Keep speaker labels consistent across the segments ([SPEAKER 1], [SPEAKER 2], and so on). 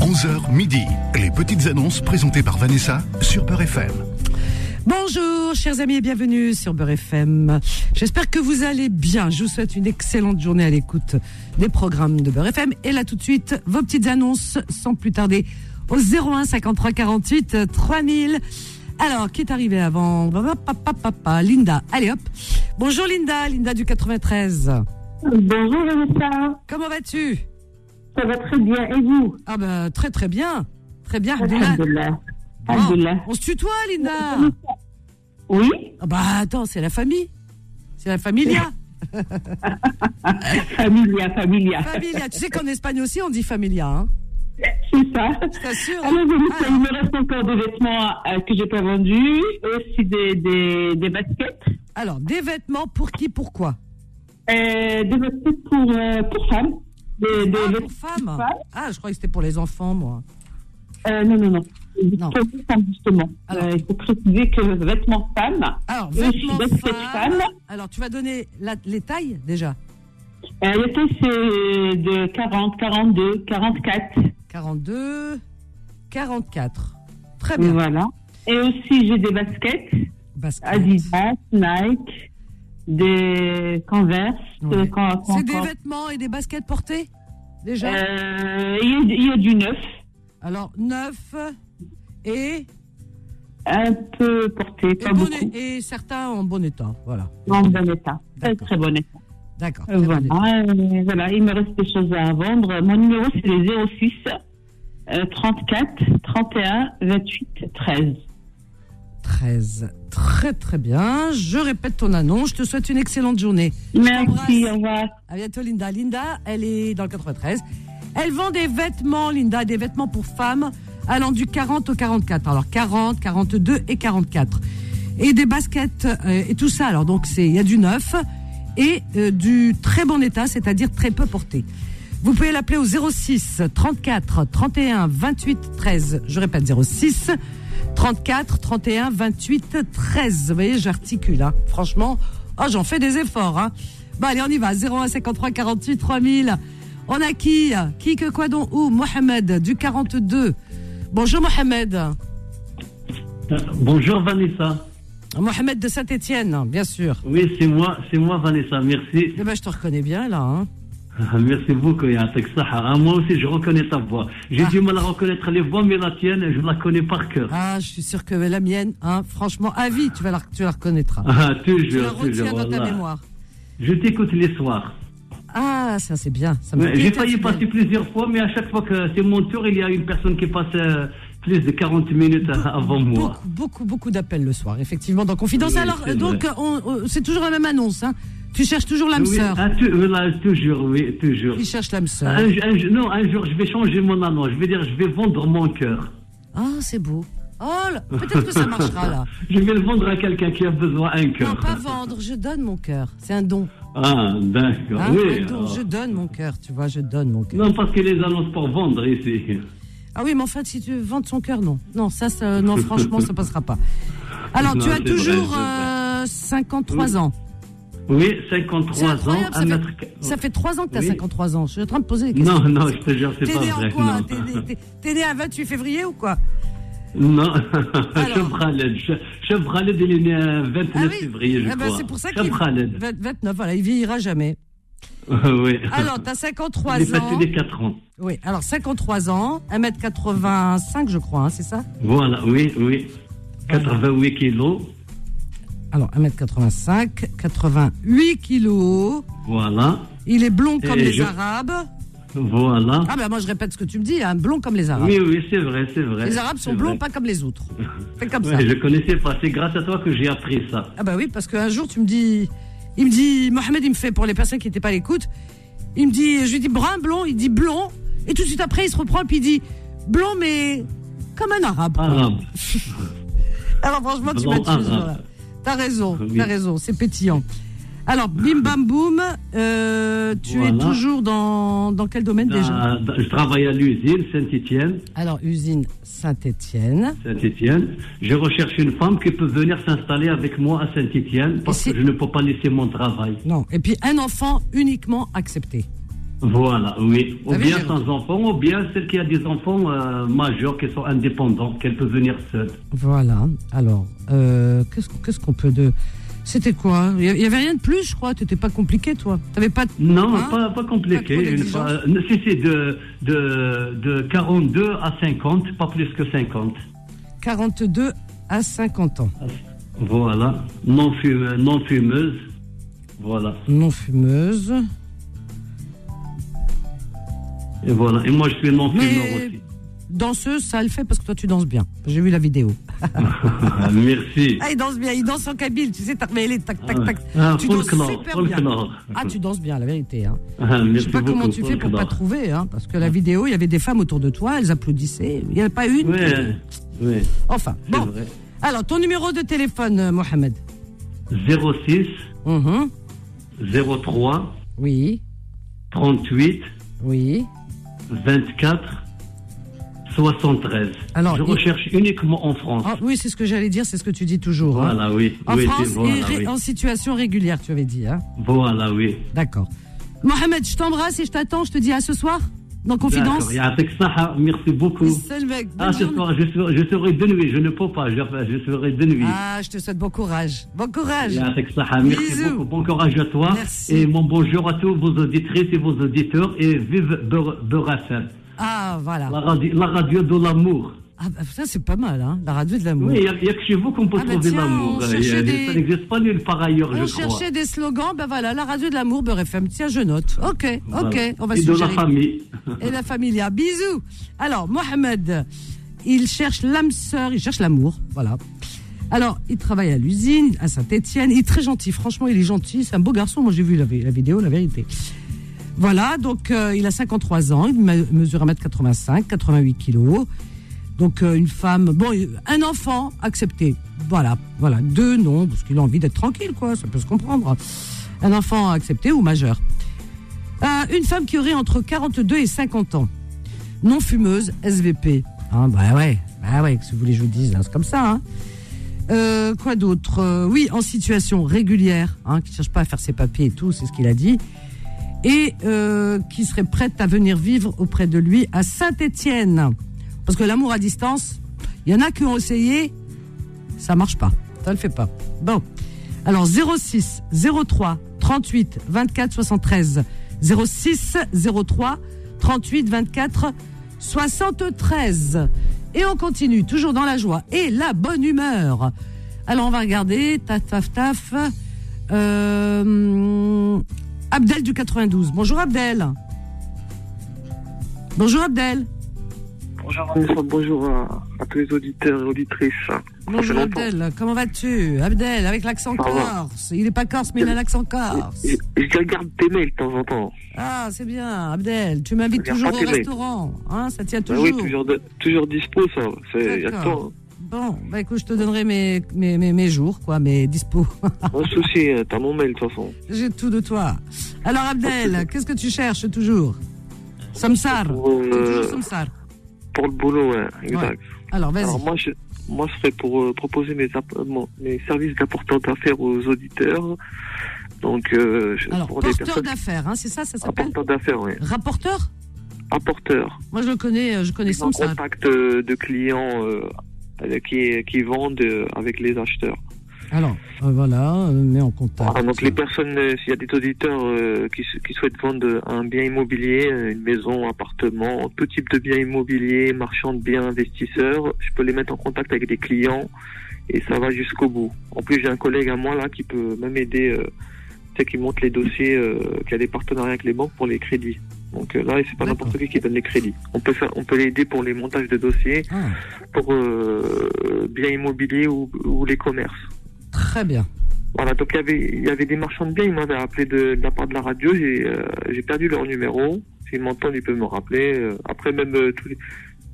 [SPEAKER 1] 11h midi. Les petites annonces présentées par Vanessa sur Peur FM.
[SPEAKER 2] Bonjour, chers amis, et bienvenue sur Beurre FM. J'espère que vous allez bien. Je vous souhaite une excellente journée à l'écoute des programmes de Beurre FM. Et là, tout de suite, vos petites annonces, sans plus tarder, au 01 53 48 3000. Alors, qui est arrivé avant Papa, papa, Linda. Allez, hop. Bonjour, Linda. Linda du 93.
[SPEAKER 3] Bonjour Vanessa,
[SPEAKER 2] Comment vas-tu
[SPEAKER 3] ça va très bien. Et vous
[SPEAKER 2] Ah, bah, très, très bien. Très bien. Linda.
[SPEAKER 3] Alhamdulillah.
[SPEAKER 2] Oh,
[SPEAKER 3] Alhamdulillah.
[SPEAKER 2] on se tutoie, Linda.
[SPEAKER 3] Oui
[SPEAKER 2] Ah bah, attends, c'est la famille. C'est la familia.
[SPEAKER 3] Familia, familia.
[SPEAKER 2] Familia. Tu sais qu'en Espagne aussi, on dit familia. Hein
[SPEAKER 3] C'est ça.
[SPEAKER 2] t'assure.
[SPEAKER 3] Alors Vanessa,
[SPEAKER 2] Ah.
[SPEAKER 3] il me reste encore des vêtements euh, que j'ai pas vendus, aussi des, des, des baskets.
[SPEAKER 2] Alors, des vêtements pour qui, pourquoi
[SPEAKER 3] Euh, des baskets pour, euh, pour femmes. Des, des
[SPEAKER 2] ah,
[SPEAKER 3] vêtements
[SPEAKER 2] Pour femmes Ah, je croyais que c'était pour les enfants, moi.
[SPEAKER 3] Euh, non, non, non.
[SPEAKER 2] Non.
[SPEAKER 3] Pour femmes, justement.
[SPEAKER 2] Alors.
[SPEAKER 3] Euh, il faut préciser que vêtements femmes,
[SPEAKER 2] Alors,
[SPEAKER 3] Oui,
[SPEAKER 2] vêtements
[SPEAKER 3] je suis basket
[SPEAKER 2] femmes.
[SPEAKER 3] femme.
[SPEAKER 2] Alors, tu vas donner la- les tailles, déjà
[SPEAKER 3] euh, le taux, c'est de 40, 42, 44.
[SPEAKER 2] 42, 44. Très bien.
[SPEAKER 3] Voilà. Et aussi, j'ai des baskets.
[SPEAKER 2] Basket.
[SPEAKER 3] Adidas, Nike, des Converse.
[SPEAKER 2] Ouais.
[SPEAKER 3] euh, quand- quand-
[SPEAKER 2] C'est des
[SPEAKER 3] quand-
[SPEAKER 2] vêtements et des baskets portés, déjà
[SPEAKER 3] Euh, Il y, a du- il y a du neuf,
[SPEAKER 2] Alors, 9 et,
[SPEAKER 3] un peu porté,
[SPEAKER 2] et
[SPEAKER 3] pas
[SPEAKER 2] bon-
[SPEAKER 3] beaucoup,
[SPEAKER 2] et certains en bon état. Voilà.
[SPEAKER 3] en bon état. Très,
[SPEAKER 2] D'accord.
[SPEAKER 3] très bon état.
[SPEAKER 2] D'accord. très
[SPEAKER 3] Euh,
[SPEAKER 2] bon
[SPEAKER 3] Voilà.
[SPEAKER 2] état.
[SPEAKER 3] euh, voilà, il me reste des choses à vendre. Mon numéro, c'est le 06 euh, 34 31 28 13.
[SPEAKER 2] 13. Très, très bien. Je répète ton annonce. Je te souhaite une excellente journée.
[SPEAKER 3] Merci,
[SPEAKER 2] t'embrasse.
[SPEAKER 3] au revoir.
[SPEAKER 2] À bientôt, Linda. Linda, elle est dans le 93. Elle vend des vêtements, Linda, des vêtements pour femmes allant du 40 au 44. Alors 40, 42 et 44. Et des baskets euh, et tout ça. Alors donc c'est il y a du neuf et euh, du très bon état, c'est-à-dire très peu porté. Vous pouvez l'appeler au 06 34 31 28 13. Je répète 06 34 31 28 13. Vous voyez, j'articule. Hein. Franchement, oh, j'en fais des efforts. Hein. Bon, allez, on y va. 01 53 48 3000. On a qui Qui que quoi donc Où Mohamed du 42. Bonjour Mohamed.
[SPEAKER 4] Euh, Bonjour Vanessa.
[SPEAKER 2] Mohamed de Saint-Étienne, bien sûr.
[SPEAKER 4] Oui, c'est moi, c'est moi Vanessa. Merci. Ah,
[SPEAKER 2] Eh ben, je te reconnais bien là. hein.
[SPEAKER 4] Merci beaucoup, Yatek Saha. Ah, Moi aussi, je reconnais ta voix. J'ai
[SPEAKER 2] Ah.
[SPEAKER 4] du mal à reconnaître les voix, mais la tienne, je la connais par cœur.
[SPEAKER 2] Ah, je suis sûr que la mienne, hein, franchement, à vie, tu, vas la, tu la reconnaîtras.
[SPEAKER 4] Ah,
[SPEAKER 2] tu la
[SPEAKER 4] toujours,
[SPEAKER 2] retiens
[SPEAKER 4] toujours.
[SPEAKER 2] dans ta
[SPEAKER 4] wallah.
[SPEAKER 2] mémoire.
[SPEAKER 4] Je t'écoute les soirs.
[SPEAKER 2] Ah, ça c'est bien. Ça me
[SPEAKER 4] Ouais,
[SPEAKER 2] fait
[SPEAKER 4] J'ai
[SPEAKER 2] plaisir.
[SPEAKER 4] failli passer plusieurs fois, mais à chaque fois que c'est mon tour, il y a une personne qui passe euh, plus de 40 minutes euh, avant moi.
[SPEAKER 2] Beaucoup, beaucoup, beaucoup d'appels le soir, effectivement, dans Confidence.
[SPEAKER 4] Oui,
[SPEAKER 2] Alors,
[SPEAKER 4] c'est
[SPEAKER 2] donc, on- on- c'est toujours la même annonce. hein. Tu cherches toujours l'âme
[SPEAKER 4] Oui,
[SPEAKER 2] sœur.
[SPEAKER 4] ah, tu- voilà, toujours, oui, toujours.
[SPEAKER 2] Tu cherches l'âme sœur.
[SPEAKER 4] Un, un- non, un jour, je vais changer mon annonce. Je vais dire, je vais vendre mon cœur.
[SPEAKER 2] Ah, c'est beau. Oh, là, peut-être que ça marchera là.
[SPEAKER 4] Je vais le vendre à quelqu'un qui a besoin un
[SPEAKER 2] Non,
[SPEAKER 4] cœur.
[SPEAKER 2] pas vendre, je donne mon cœur. C'est un don.
[SPEAKER 4] Ah, d'accord.
[SPEAKER 2] hein,
[SPEAKER 4] oui.
[SPEAKER 2] un don.
[SPEAKER 4] alors.
[SPEAKER 2] Je donne mon cœur, tu vois, je donne mon cœur.
[SPEAKER 4] Non, parce que les annonces pour vendre ici.
[SPEAKER 2] Ah oui, mais en fait, si tu vends son cœur, non. Non, ça, ça- non, franchement, ça passera pas. Alors, tu
[SPEAKER 4] Non,
[SPEAKER 2] as
[SPEAKER 4] c'est
[SPEAKER 2] toujours
[SPEAKER 4] vrai, c'est
[SPEAKER 2] euh, 53 ans.
[SPEAKER 4] Oui,
[SPEAKER 2] C'est
[SPEAKER 4] 53 ans,
[SPEAKER 2] incroyable, ça,
[SPEAKER 4] un
[SPEAKER 2] fait,
[SPEAKER 4] mètre.
[SPEAKER 2] ça fait 3 ans que tu as
[SPEAKER 4] Oui.
[SPEAKER 2] 53 ans. Je suis en train de poser des questions.
[SPEAKER 4] Non, non, je te jure, c'est
[SPEAKER 2] T'es
[SPEAKER 4] pas
[SPEAKER 2] né en
[SPEAKER 4] vrai.
[SPEAKER 2] quoi
[SPEAKER 4] non.
[SPEAKER 2] T'es né- t'es- T'es né à 28 février ou quoi
[SPEAKER 4] Non,
[SPEAKER 2] Alors. Ah
[SPEAKER 4] Chef Khaled. Che- Chef Khaled, il est né le 29 février, je
[SPEAKER 2] Eh ben,
[SPEAKER 4] crois.
[SPEAKER 2] c'est pour ça qu'il.
[SPEAKER 4] Chef Khaled.
[SPEAKER 2] 20- 29, voilà, il vieillira jamais.
[SPEAKER 4] oui.
[SPEAKER 2] Alors, t'as 53
[SPEAKER 4] il est
[SPEAKER 2] ans.
[SPEAKER 4] passé des 4 ans.
[SPEAKER 2] Oui, alors 53 ans, 1m85 je crois, hein, c'est ça
[SPEAKER 4] Voilà, oui, oui. 88 kilos.
[SPEAKER 2] Alors 1m85, 88 kilos,
[SPEAKER 4] Voilà.
[SPEAKER 2] il est blond comme
[SPEAKER 4] Et
[SPEAKER 2] les
[SPEAKER 4] je-
[SPEAKER 2] Arabes.
[SPEAKER 4] Voilà.
[SPEAKER 2] Ah ben moi je répète ce que tu me dis, hein, blond comme les Arabes.
[SPEAKER 4] oui, oui, c'est vrai, c'est vrai.
[SPEAKER 2] les Arabes sont
[SPEAKER 4] c'est
[SPEAKER 2] blonds,
[SPEAKER 4] vrai.
[SPEAKER 2] pas comme les autres. C'est comme ça.
[SPEAKER 4] Ouais, je connaissais pas. C'est grâce à toi que j'ai appris ça.
[SPEAKER 2] Ah bah oui, parce qu'un jour tu me dis, il me dit, Mohamed il me fait pour les personnes qui n'étaient pas à l'écoute, il me dit, je lui dis brun, blond, il dit blond, et tout de suite après il se reprend et puis il dit blond mais comme un arabe.
[SPEAKER 4] Arabe.
[SPEAKER 2] Alors franchement tu
[SPEAKER 4] Blond
[SPEAKER 2] m'as tué ce
[SPEAKER 4] arabe.
[SPEAKER 2] jour-là. T'as raison,
[SPEAKER 4] Oui.
[SPEAKER 2] t'as raison, c'est pétillant. Alors bim bam boum, euh, tu es
[SPEAKER 4] Voilà.
[SPEAKER 2] toujours dans, dans quel domaine déjà
[SPEAKER 4] Euh, Je travaille à l'usine Saint-Étienne.
[SPEAKER 2] Alors usine Saint-Étienne.
[SPEAKER 4] Saint-Étienne. Je recherche une femme qui peut venir s'installer avec moi à Saint-Étienne parce
[SPEAKER 2] Et c'est-
[SPEAKER 4] que je ne peux pas laisser mon travail.
[SPEAKER 2] Non, et puis un enfant uniquement accepté.
[SPEAKER 4] Voilà, oui. Ou
[SPEAKER 2] T'as vu,
[SPEAKER 4] bien
[SPEAKER 2] Jérôme
[SPEAKER 4] sans enfants, ou bien celle qui a des enfants euh, majeurs, qui sont indépendants, qu'elle peut venir seule.
[SPEAKER 2] Voilà. Alors, euh, qu'est-ce qu'est-ce qu'on peut de. C'était quoi Il n'y avait rien de plus, je crois. T'étais pas compliqué, toi. T'avais pas.
[SPEAKER 4] Non,
[SPEAKER 2] Hein
[SPEAKER 4] pas, pas
[SPEAKER 2] Pas trop
[SPEAKER 4] compliqué. Une
[SPEAKER 2] d'exigence.
[SPEAKER 4] fois, euh, si, si, de, de, de 42 à 50, pas plus que 50.
[SPEAKER 2] 42 à 50 ans.
[SPEAKER 4] Voilà. Non, fume- non fumeuse. Voilà.
[SPEAKER 2] Non fumeuse.
[SPEAKER 4] Et voilà. Et moi, je suis non fumeur
[SPEAKER 2] Mais-
[SPEAKER 4] aussi.
[SPEAKER 2] Danseuse, ça le fait parce que toi, tu danses bien. J'ai vu la vidéo.
[SPEAKER 4] Ah, merci.
[SPEAKER 2] Ah, il danse bien. Il danse en kabyle. Tu sais, t'as remis les tac, tac,
[SPEAKER 4] Ah,
[SPEAKER 2] tac.
[SPEAKER 4] ah,
[SPEAKER 2] tu danses
[SPEAKER 4] folklore,
[SPEAKER 2] super bien.
[SPEAKER 4] folklore.
[SPEAKER 2] Ah, tu danses bien, la vérité. Hein.
[SPEAKER 4] Ah,
[SPEAKER 2] Je
[SPEAKER 4] merci
[SPEAKER 2] sais pas comment
[SPEAKER 4] beaucoup,
[SPEAKER 2] tu fais pour pas
[SPEAKER 4] folklore.
[SPEAKER 2] trouver, hein, parce que la vidéo, il y avait des femmes autour de toi, elles applaudissaient. Il n'y en a pas une.
[SPEAKER 4] Oui,
[SPEAKER 2] qui-
[SPEAKER 4] euh, oui.
[SPEAKER 2] Enfin,
[SPEAKER 4] C'est
[SPEAKER 2] bon.
[SPEAKER 4] vrai.
[SPEAKER 2] Alors, ton numéro de téléphone, euh, Mohamed
[SPEAKER 4] 06
[SPEAKER 2] Mhm.
[SPEAKER 4] 03
[SPEAKER 2] Oui,
[SPEAKER 4] 38
[SPEAKER 2] oui.
[SPEAKER 4] 24 73.
[SPEAKER 2] Alors,
[SPEAKER 4] je
[SPEAKER 2] il-
[SPEAKER 4] recherche uniquement en France.
[SPEAKER 2] Ah, oui, c'est ce que j'allais dire, c'est ce que tu dis toujours. hein.
[SPEAKER 4] Voilà, oui.
[SPEAKER 2] En
[SPEAKER 4] oui,
[SPEAKER 2] France
[SPEAKER 4] c'est- voilà,
[SPEAKER 2] et ré-
[SPEAKER 4] oui.
[SPEAKER 2] en situation régulière, tu avais dit. Hein.
[SPEAKER 4] Voilà, oui.
[SPEAKER 2] D'accord. Mohamed, je t'embrasse et je t'attends. Je te dis à ce soir, dans Confidence.
[SPEAKER 4] D'accord. Et avec ça, merci beaucoup.
[SPEAKER 2] C'est le mec. Bonne
[SPEAKER 4] Ah, ce
[SPEAKER 2] journée.
[SPEAKER 4] soir, je serai, je serai de nuit. Je ne peux pas. Je, je serai de nuit.
[SPEAKER 2] Ah, je te souhaite bon courage. Bon
[SPEAKER 4] Et
[SPEAKER 2] courage.
[SPEAKER 4] avec ça, merci
[SPEAKER 2] Bisous.
[SPEAKER 4] beaucoup. Bon courage à toi.
[SPEAKER 2] Merci.
[SPEAKER 4] Et mon bonjour à tous vos auditrices et vos auditeurs. Et vive Beur- Beurre FM.
[SPEAKER 2] Ah, voilà.
[SPEAKER 4] La radio, la radio de l'amour.
[SPEAKER 2] Ah, bah, ça, c'est pas mal, hein, la radio de l'amour.
[SPEAKER 4] Oui, il n'y a, il y a que chez vous qu'on peut
[SPEAKER 2] Ah, bah
[SPEAKER 4] trouver
[SPEAKER 2] tiens,
[SPEAKER 4] l'amour. Euh,
[SPEAKER 2] on
[SPEAKER 4] Il y a-
[SPEAKER 2] cherchait des-
[SPEAKER 4] Ça n'existe pas nulle part ailleurs,
[SPEAKER 2] On
[SPEAKER 4] je crois.
[SPEAKER 2] cherchait des slogans, ben voilà, la radio de l'amour, Beurre FM. Tiens, je note. Ok, ok,
[SPEAKER 4] Voilà.
[SPEAKER 2] on va
[SPEAKER 4] Et de la
[SPEAKER 2] suggérer.
[SPEAKER 4] famille.
[SPEAKER 2] Et la familia. Bisous. Alors, Mohamed, il cherche l'âme sœur, il cherche l'amour. Voilà. Alors, il travaille à l'usine, à Saint-Etienne. Il est très gentil, franchement, il est gentil. C'est un beau garçon. Moi, j'ai vu la, vi- la vidéo, la vérité. Voilà, donc euh, il a 53 ans, il me- mesure 1m85, 88 kilos. Donc euh, une femme, bon, euh, un enfant accepté. Voilà, voilà, deux non, parce qu'il a envie d'être tranquille, quoi, ça peut se comprendre. Un enfant accepté ou majeur. Euh, une femme qui aurait entre 42 et 50 ans. Non fumeuse, SVP. Hein, bah ouais, bah ouais, que si vous voulez, que je vous dise, hein, c'est comme ça. hein. Euh, quoi d'autre Euh, Oui, en situation régulière, hein, qui cherche pas à faire ses papiers et tout, c'est ce qu'il a dit. Et euh, qui serait prête à venir vivre auprès de lui à Saint-Étienne. Parce que l'amour à distance, il y en a qui ont essayé, ça marche pas, ça le fait pas. Bon, alors 06 03 38 24 73 06 03 38 24 73 et on continue toujours dans la joie et la bonne humeur. Alors on va regarder taf taf taf Euh, Abdel du 92. Bonjour Abdel. Bonjour Abdel.
[SPEAKER 5] Bonjour Vanessa, bonjour à, à tous les auditeurs et auditrices. Ça fait
[SPEAKER 2] Bonjour
[SPEAKER 5] longtemps.
[SPEAKER 2] Abdel, comment vas-tu Abdel, avec l'accent
[SPEAKER 5] Ça va.
[SPEAKER 2] corse. Il n'est pas corse, mais il a l'accent corse.
[SPEAKER 5] Je, je regarde tes mails de temps en temps.
[SPEAKER 2] Ah, c'est bien, Abdel. Tu m'invites
[SPEAKER 5] Regarde
[SPEAKER 2] toujours
[SPEAKER 5] pas
[SPEAKER 2] au
[SPEAKER 5] tes mails.
[SPEAKER 2] restaurant. Hein, ça tient
[SPEAKER 5] Bah
[SPEAKER 2] toujours.
[SPEAKER 5] oui, toujours, de- toujours dispo, ça. C'est y a que
[SPEAKER 2] D'accord.
[SPEAKER 5] toi.
[SPEAKER 2] Bon, bah écoute, je te donnerai mes, mes, mes, mes jours, quoi, mes dispos.
[SPEAKER 5] hein. Pas de souci, euh, t'as mon mail de toute façon.
[SPEAKER 2] J'ai tout de toi. Alors, Abdel, qu'est-ce que tu cherches toujours Samsar.
[SPEAKER 5] Pour,
[SPEAKER 2] C'est toujours
[SPEAKER 5] euh,
[SPEAKER 2] Samsar.
[SPEAKER 5] pour le boulot, ouais, exact.
[SPEAKER 2] Alors,
[SPEAKER 5] Alors
[SPEAKER 2] vas-y.
[SPEAKER 5] moi, je, moi, ce serait pour euh, proposer mes, app- euh, mon- mes services d'apporteur d'affaires aux auditeurs. Donc, euh, je-
[SPEAKER 2] Alors,
[SPEAKER 5] pour des
[SPEAKER 2] porteur
[SPEAKER 5] personnes... Ah
[SPEAKER 2] d'affaires, hein, c'est ça, ça s'appelle
[SPEAKER 5] Apporteur d'affaires, oui.
[SPEAKER 2] Rapporteur
[SPEAKER 5] Apporteur.
[SPEAKER 2] Moi, je le connais, euh, je connais
[SPEAKER 5] En
[SPEAKER 2] Samsar.
[SPEAKER 5] contact euh, de clients euh, euh, qui, qui vendent euh, avec les acheteurs.
[SPEAKER 2] Alors, euh, voilà, euh, mets en contact.
[SPEAKER 5] Ah, donc les personnes, euh, s'il y a des auditeurs euh, qui, s- qui souhaitent vendre euh, un bien immobilier, euh, une maison, un appartement, tout type de bien immobilier, marchand de biens, investisseurs, je peux les mettre en contact avec des clients et ça va jusqu'au bout. En plus, j'ai un collègue à moi là qui peut même aider, euh, tu sais, qui monte les dossiers, euh, qui a des partenariats avec les banques pour les crédits. Donc euh, là, c'est pas n'importe qui qui donne les crédits. On peut faire, on peut l'aider pour les montages de dossiers,
[SPEAKER 2] Ah,
[SPEAKER 5] pour euh, euh, biens immobiliers ou- ou les commerces.
[SPEAKER 2] très bien.
[SPEAKER 5] Voilà, donc il y avait, il y avait des marchands de biens, ils m'avaient appelé de, de la part de la radio, j'ai euh, j'ai perdu leur numéro. S'ils m'entendent, ils peuvent me rappeler. Euh, Après, même euh, tous les,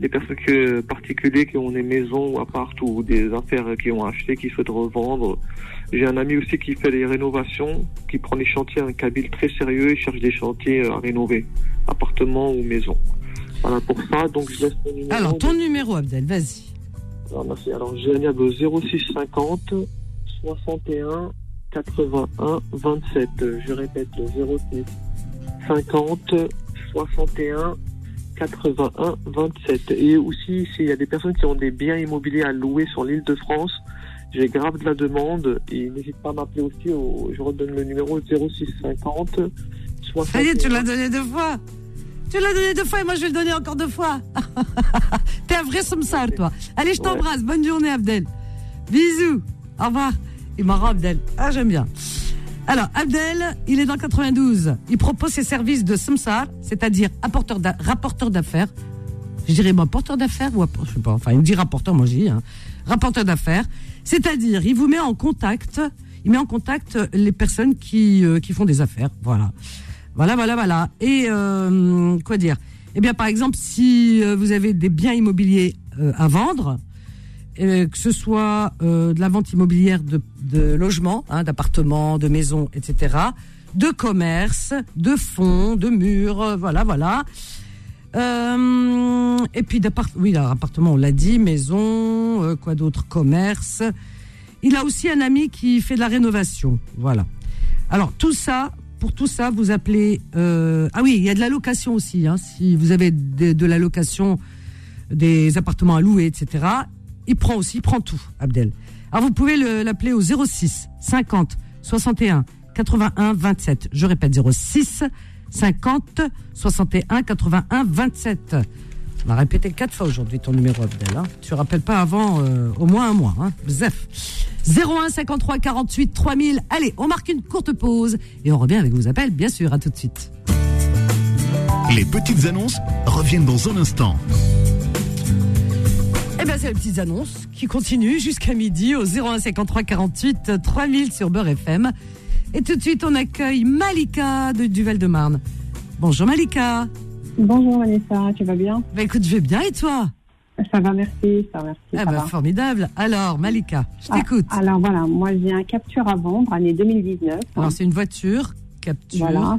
[SPEAKER 5] les personnes que, particuliers qui ont des maisons ou appart ou des affaires euh, qui ont acheté, qui souhaitent revendre. J'ai un ami aussi qui fait les rénovations, qui prend les chantiers à un cabine très sérieux et cherche des chantiers euh, à rénover, appartements ou maisons. Voilà pour ça, donc je laisse mon numéro.
[SPEAKER 2] Alors, ton numéro, Abdel, vas-y.
[SPEAKER 5] Alors, merci. Alors, joignable au 0650 61 81 27. Je répète, le 06 50 61 81 27. Et aussi, s'il y a des personnes qui ont des biens immobiliers à louer sur l'île de France, j'ai grave de la demande et n'hésite pas à m'appeler aussi. Au, je redonne le numéro 0650
[SPEAKER 2] Ça y est, tu l'as
[SPEAKER 5] 61.
[SPEAKER 2] donné deux fois. Tu l'as donné deux fois et moi je vais le donner encore deux fois. T'es un vrai somsal, toi. Allez, je
[SPEAKER 5] Ouais.
[SPEAKER 2] t'embrasse. Bonne journée, Abdel. Bisous. Au revoir. Il m'en rend Abdel. Ah, j'aime bien. Alors, Abdel, il est dans le 92. Il propose ses services de somsal, c'est-à-dire apporteur d'a- rapporteur d'affaires. Je dirais, moi, porteur d'affaires ou apport- je sais pas. Enfin, il me dit rapporteur, moi, je dis. hein. Rapporteur d'affaires. C'est-à-dire, il vous met en contact, il met en contact les personnes qui, euh, qui font des affaires. Voilà. Voilà, voilà, voilà. Et euh, quoi dire Eh bien, par exemple, si euh, vous avez des biens immobiliers euh, à vendre, euh, que ce soit euh, de la vente immobilière de, de logements, hein, d'appartements, de maisons, etc., de commerce, de fonds, de murs, euh, voilà, voilà. Euh, et puis d'appart, oui, alors, appartement, on l'a dit, maison, euh, quoi d'autre, commerce. Il a aussi un ami qui fait de la rénovation, voilà. Alors tout ça, pour tout ça, vous appelez. euh, ah oui, il y a de la location aussi. hein. si vous avez de, de la location, des appartements à louer, etc. Il prend aussi, il prend tout, Abdel. Alors vous pouvez le- l'appeler au 06 50 61 81 27. Je répète 06 50 61 81 27. On a répété quatre fois aujourd'hui ton numéro, Abdel. hein. Tu rappelles pas avant euh, au moins un mois. Hein. Bzef. 01 53 48 3000. Allez, on marque une courte pause et on revient avec vos appels, bien sûr. À tout de suite.
[SPEAKER 1] Les petites annonces reviennent dans un instant.
[SPEAKER 2] Eh bien, c'est les petites annonces qui continuent jusqu'à midi au 01 53 48 3000 sur Beurre FM. Et tout de suite, on accueille Malika de Duvel-de-Marne. Bonjour Malika.
[SPEAKER 6] Bonjour Vanessa, tu vas bien
[SPEAKER 2] Bah écoute, je vais bien et toi
[SPEAKER 6] Ça va, merci, ça va, merci.
[SPEAKER 2] Ah
[SPEAKER 6] ça
[SPEAKER 2] bah
[SPEAKER 6] va.
[SPEAKER 2] formidable. Alors Malika, je
[SPEAKER 6] Ah,
[SPEAKER 2] t'écoute.
[SPEAKER 6] alors voilà, moi j'ai un capture à vendre, année 2019.
[SPEAKER 2] Alors Ah, c'est une voiture, capture,
[SPEAKER 6] voilà,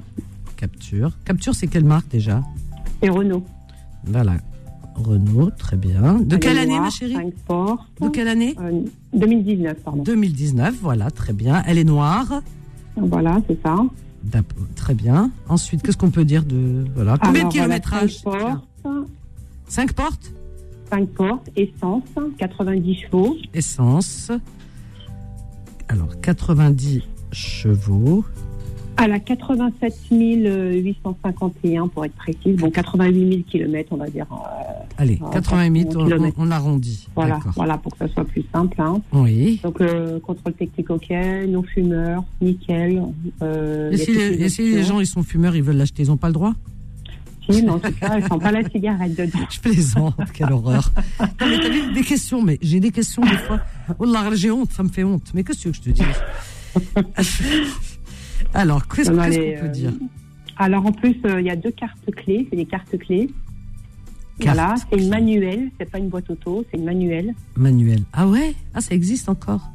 [SPEAKER 2] capture. Capture, c'est quelle marque déjà
[SPEAKER 6] et Renault.
[SPEAKER 2] Voilà. Renault, très bien. De
[SPEAKER 6] Elle
[SPEAKER 2] quelle
[SPEAKER 6] est
[SPEAKER 2] année
[SPEAKER 6] noire,
[SPEAKER 2] ma chérie
[SPEAKER 6] cinq portes.
[SPEAKER 2] De quelle année
[SPEAKER 6] Euh, 2019, pardon.
[SPEAKER 2] 2019, voilà, très bien. Elle est noire.
[SPEAKER 6] Voilà, c'est ça.
[SPEAKER 2] D'ap- Très bien. Ensuite, qu'est-ce qu'on peut dire de voilà combien
[SPEAKER 6] Alors,
[SPEAKER 2] de
[SPEAKER 6] Ah, voilà,
[SPEAKER 2] kilométrage
[SPEAKER 6] cinq portes,
[SPEAKER 2] 5 portes,
[SPEAKER 6] cinq portes, essence, 90 chevaux.
[SPEAKER 2] essence. Alors 90 chevaux,
[SPEAKER 6] À la 87 851 pour être précise, bon 88 000 kilomètres on va dire. euh,
[SPEAKER 2] allez,
[SPEAKER 6] Ah,
[SPEAKER 2] 88
[SPEAKER 6] 80
[SPEAKER 2] on, on,
[SPEAKER 6] kilomètres.
[SPEAKER 2] on arrondit.
[SPEAKER 6] voilà,
[SPEAKER 2] D'accord.
[SPEAKER 6] voilà pour que ça soit plus simple. hein.
[SPEAKER 2] Oui.
[SPEAKER 6] Donc euh, contrôle technique ok, non fumeur, nickel. Euh,
[SPEAKER 2] Et si, les, et si les
[SPEAKER 6] gens
[SPEAKER 2] gens ils sont fumeurs, ils veulent l'acheter, ils n'ont pas le droit
[SPEAKER 6] Oui, mais en tout cas, elles sent pas la cigarette dedans.
[SPEAKER 2] Je plaisante, quelle horreur. Non, mais t'as vu, des questions, mais j'ai des questions des fois. Oh là, j'ai honte, ça me fait honte. Mais qu'est-ce que je te dis Alors, qu'est-ce
[SPEAKER 6] Non,
[SPEAKER 2] qu'est-ce
[SPEAKER 6] mais,
[SPEAKER 2] qu'on peut
[SPEAKER 6] euh,
[SPEAKER 2] dire
[SPEAKER 6] Alors en plus, euh, il y a deux cartes clés, c'est des cartes clés. voilà,
[SPEAKER 2] Carte.
[SPEAKER 6] c'est une manuelle, c'est pas une boîte auto, c'est une manuelle.
[SPEAKER 2] Manuel. Ah ouais Ah, ça existe encore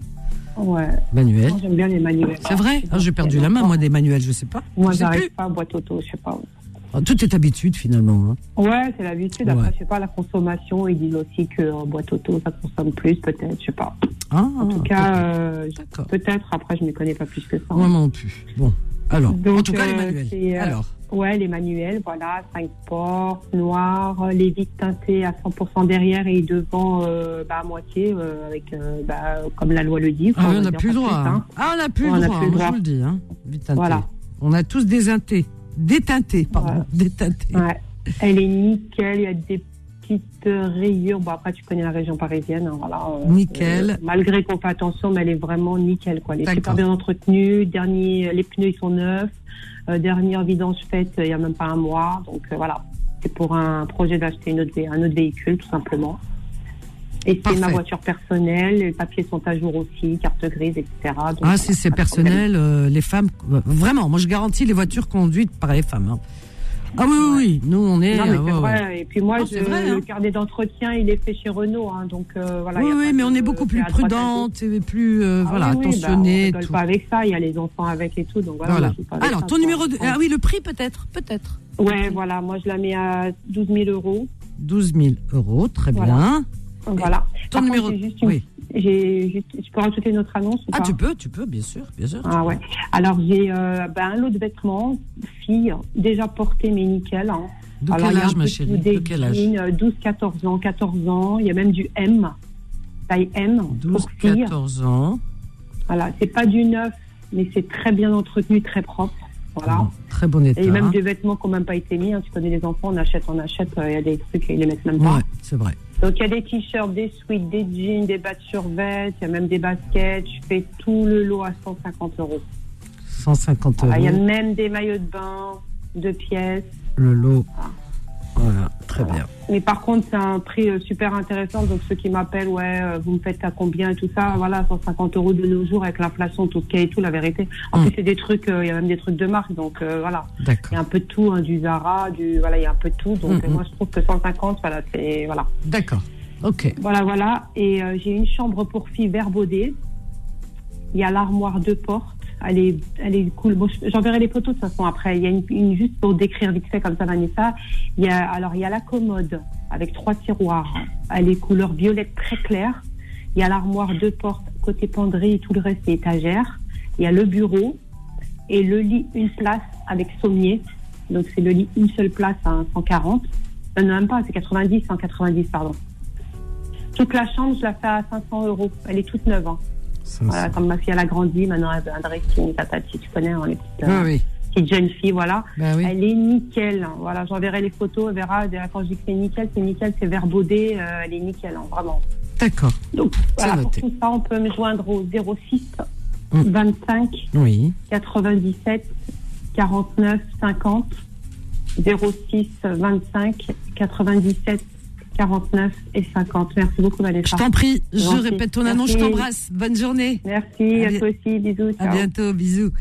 [SPEAKER 6] Oh, Ouais,
[SPEAKER 2] Manuel.
[SPEAKER 6] moi, j'aime bien les manuelles.
[SPEAKER 2] Eh. C'est vrai Ah, J'ai perdu la main, moi, des manuels, je sais pas.
[SPEAKER 6] Moi,
[SPEAKER 2] je sais
[SPEAKER 6] j'arrive
[SPEAKER 2] plus.
[SPEAKER 6] pas à boîte auto, je sais pas.
[SPEAKER 2] Ah, Tout est habitude, finalement. hein.
[SPEAKER 6] Ouais, c'est l'habitude. Après,
[SPEAKER 2] Ouais.
[SPEAKER 6] je sais pas, la consommation, ils disent aussi que en boîte auto, ça consomme plus, peut-être, je sais pas.
[SPEAKER 2] Ah,
[SPEAKER 6] En tout cas, euh, je-
[SPEAKER 2] D'accord.
[SPEAKER 6] peut-être, après, je ne connais pas plus que ça.
[SPEAKER 2] Moi non plus. Bon. Alors, en
[SPEAKER 6] Donc,
[SPEAKER 2] tout cas, les
[SPEAKER 6] euh,
[SPEAKER 2] manuels.
[SPEAKER 6] c'est, euh,
[SPEAKER 2] Alors,
[SPEAKER 6] Ouais, les manuels, voilà, 5 portes, noires, euh, les vitres teintées à 100% derrière et devant euh, bah, à moitié, euh, avec, euh, bah, comme la loi le dit.
[SPEAKER 2] ah,
[SPEAKER 6] quoi,
[SPEAKER 2] on
[SPEAKER 6] va
[SPEAKER 2] n'a
[SPEAKER 6] dire
[SPEAKER 2] plus le
[SPEAKER 6] pas
[SPEAKER 2] droit.
[SPEAKER 6] plus,
[SPEAKER 2] hein.
[SPEAKER 6] hein.
[SPEAKER 2] Ah, on n'a plus
[SPEAKER 6] On
[SPEAKER 2] le
[SPEAKER 6] n'a
[SPEAKER 2] droit,
[SPEAKER 6] plus le
[SPEAKER 2] hein, je
[SPEAKER 6] droit.
[SPEAKER 2] vous le dis. Hein. Vite teinté.
[SPEAKER 6] Voilà.
[SPEAKER 2] On a tous désinté. Détinté, pardon. Détinté.
[SPEAKER 6] Ouais. Elle est nickel, il y a des petites euh, rayures. Bon, après, tu connais la région parisienne, hein, voilà. euh,
[SPEAKER 2] Nickel.
[SPEAKER 6] euh, malgré qu'on fait attention, mais elle est vraiment nickel, quoi. Elle est
[SPEAKER 2] D'accord.
[SPEAKER 6] super bien entretenue. Dernier, les pneus, ils sont neufs. Euh, dernière vidange faite, euh, il n'y a même pas un mois. Donc, euh, voilà. C'est pour un projet d'acheter une autre vé- un autre véhicule, tout simplement. Et c'est
[SPEAKER 2] Parfait.
[SPEAKER 6] ma voiture personnelle, les papiers sont à jour aussi, carte grise, etc. Donc,
[SPEAKER 2] Ah,
[SPEAKER 6] voilà,
[SPEAKER 2] si c'est
[SPEAKER 6] pas de problème.
[SPEAKER 2] personnel, euh, les femmes. euh, Vraiment, moi, je garantis les voitures conduites par les femmes. hein. Ah oui, oui, oui. Nous, on est.
[SPEAKER 6] Non, mais
[SPEAKER 2] euh, ouais,
[SPEAKER 6] c'est
[SPEAKER 2] ouais.
[SPEAKER 6] vrai. Et puis moi,
[SPEAKER 2] Non,
[SPEAKER 6] je-
[SPEAKER 2] c'est vrai, hein.
[SPEAKER 6] le carnet d'entretien, il est fait chez Renault. hein, donc, euh, voilà, il y
[SPEAKER 2] oui,
[SPEAKER 6] a
[SPEAKER 2] oui,
[SPEAKER 6] pas
[SPEAKER 2] mais
[SPEAKER 6] de-
[SPEAKER 2] on est beaucoup
[SPEAKER 6] c'est
[SPEAKER 2] plus
[SPEAKER 6] à droite, à gauche.
[SPEAKER 2] prudente et plus euh,
[SPEAKER 6] Ah
[SPEAKER 2] voilà,
[SPEAKER 6] oui, oui, bah, on
[SPEAKER 2] attentionnée.
[SPEAKER 6] rigole
[SPEAKER 2] tout.
[SPEAKER 6] pas avec ça. Il y a les enfants avec et tout. Donc voilà.
[SPEAKER 2] Voilà.
[SPEAKER 6] moi, je suis pas avec
[SPEAKER 2] Alors,
[SPEAKER 6] ça,
[SPEAKER 2] ton
[SPEAKER 6] quoi.
[SPEAKER 2] numéro de... Ah oui, le prix peut-être Peut-être.
[SPEAKER 6] Ouais, voilà. Moi, je la mets à 12 000 euros.
[SPEAKER 2] 12 000 euros, très
[SPEAKER 6] Voilà.
[SPEAKER 2] bien.
[SPEAKER 6] Voilà.
[SPEAKER 2] Ton
[SPEAKER 6] Par contre,
[SPEAKER 2] numéro.
[SPEAKER 6] j'ai juste une-
[SPEAKER 2] Oui.
[SPEAKER 6] j'ai juste- Je peux rajouter notre annonce ou
[SPEAKER 2] Ah,
[SPEAKER 6] pas
[SPEAKER 2] tu peux, tu peux, bien sûr, bien sûr.
[SPEAKER 6] Ah ouais. Alors j'ai euh, ben, un lot de vêtements filles déjà portés mais nickel. hein.
[SPEAKER 2] De
[SPEAKER 6] Alors, il
[SPEAKER 2] quel
[SPEAKER 6] y a un
[SPEAKER 2] âge,
[SPEAKER 6] peu
[SPEAKER 2] ma
[SPEAKER 6] tout,
[SPEAKER 2] chérie
[SPEAKER 6] des
[SPEAKER 2] De quel âge
[SPEAKER 6] jeans, euh, 12, 14 ans, 14 ans. Il y a même du M, taille M
[SPEAKER 2] 12,
[SPEAKER 6] pour filles.
[SPEAKER 2] 14 ans.
[SPEAKER 6] Voilà, c'est pas du neuf, mais c'est très bien entretenu, très propre. Voilà.
[SPEAKER 2] Ah Bon, Très bon état.
[SPEAKER 6] Et même
[SPEAKER 2] hein.
[SPEAKER 6] des vêtements qui n'ont même pas été mis. hein. Tu connais les enfants, on achète, on achète. euh, Il y a des trucs, ils les mettent même pas.
[SPEAKER 2] Ouais, c'est vrai.
[SPEAKER 6] Donc il y a des t-shirts, des sweats, des jeans, des bas de survêt, il y a même des baskets. Je fais tout le lot à 150 euros.
[SPEAKER 2] 150 euros
[SPEAKER 6] Voilà, Ah, Il y a même des maillots de bain, deux pièces.
[SPEAKER 2] le lot. Voilà, très bien.
[SPEAKER 6] Mais par contre, c'est un prix euh, super intéressant. Donc, ceux qui m'appellent, ouais, euh, vous me faites à combien et tout ça, voilà, 150 euros de nos jours avec l'inflation, tout ce qu'il y a et tout, la vérité. En
[SPEAKER 2] Mm.
[SPEAKER 6] plus, c'est des trucs, euh, il y a même des trucs de marque. Donc, euh, voilà, il y a
[SPEAKER 2] D'accord.
[SPEAKER 6] un peu de tout, hein, du Zara, du, voilà, il y a un peu de tout. Donc,
[SPEAKER 2] Mm,
[SPEAKER 6] euh,
[SPEAKER 2] mm.
[SPEAKER 6] moi, je trouve que 150, voilà, c'est, voilà.
[SPEAKER 2] D'accord. Ok.
[SPEAKER 6] Voilà, voilà. Et euh, j'ai une chambre pour filles verbaudée. Il y a l'armoire de porte. Elle est, elle est cool. Bon, je- J'enverrai les photos de toute façon après. Il y a une, une juste pour décrire vite fait comme ça, Vanessa. Il y a, alors, il y a la commode avec trois tiroirs. Elle est couleur violette très claire. Il y a l'armoire de porte côté penderie. Tout le reste c'est étagère. Il y a le bureau et le lit une place avec sommier. Donc, c'est le lit une seule place à 140. Euh, Non, même pas, c'est 90, 190, pardon. Toute la chambre, je la fais à 500 euros. Elle est toute neuve. hein.
[SPEAKER 2] Ah, Ça,
[SPEAKER 6] Voilà, comme ma fille, elle a grandi, maintenant elle a un dressing, tatati, tu connais, hein, les petites,
[SPEAKER 2] c'est-
[SPEAKER 6] euh,
[SPEAKER 2] Ah oui,
[SPEAKER 6] petites jeunes filles, voilà.
[SPEAKER 2] bah oui.
[SPEAKER 6] Elle est nickel. hein. Voilà, j'enverrai les photos, elle verra. Déjà, Quand je dis que c'est nickel, c'est nickel, c'est verbaudé, euh, elle est nickel, hein, vraiment.
[SPEAKER 2] D'accord.
[SPEAKER 6] Donc,
[SPEAKER 2] C'est
[SPEAKER 6] voilà, pour
[SPEAKER 2] noté. Hmm.
[SPEAKER 6] tout ça, on peut me joindre au 06
[SPEAKER 2] Mm.
[SPEAKER 6] 25
[SPEAKER 2] Oui.
[SPEAKER 6] 97 49 50. 06 25 97 49 et 50. Merci beaucoup,
[SPEAKER 2] Je
[SPEAKER 6] Vanessa.
[SPEAKER 2] t'en prie, je
[SPEAKER 6] Ah, Gentil.
[SPEAKER 2] répète ton annonce, je
[SPEAKER 6] Merci.
[SPEAKER 2] t'embrasse. Bonne journée.
[SPEAKER 6] Merci,
[SPEAKER 2] À
[SPEAKER 6] à,
[SPEAKER 2] bi-
[SPEAKER 6] toi aussi, bisous.
[SPEAKER 2] À
[SPEAKER 6] ciao.
[SPEAKER 2] bientôt, bisous.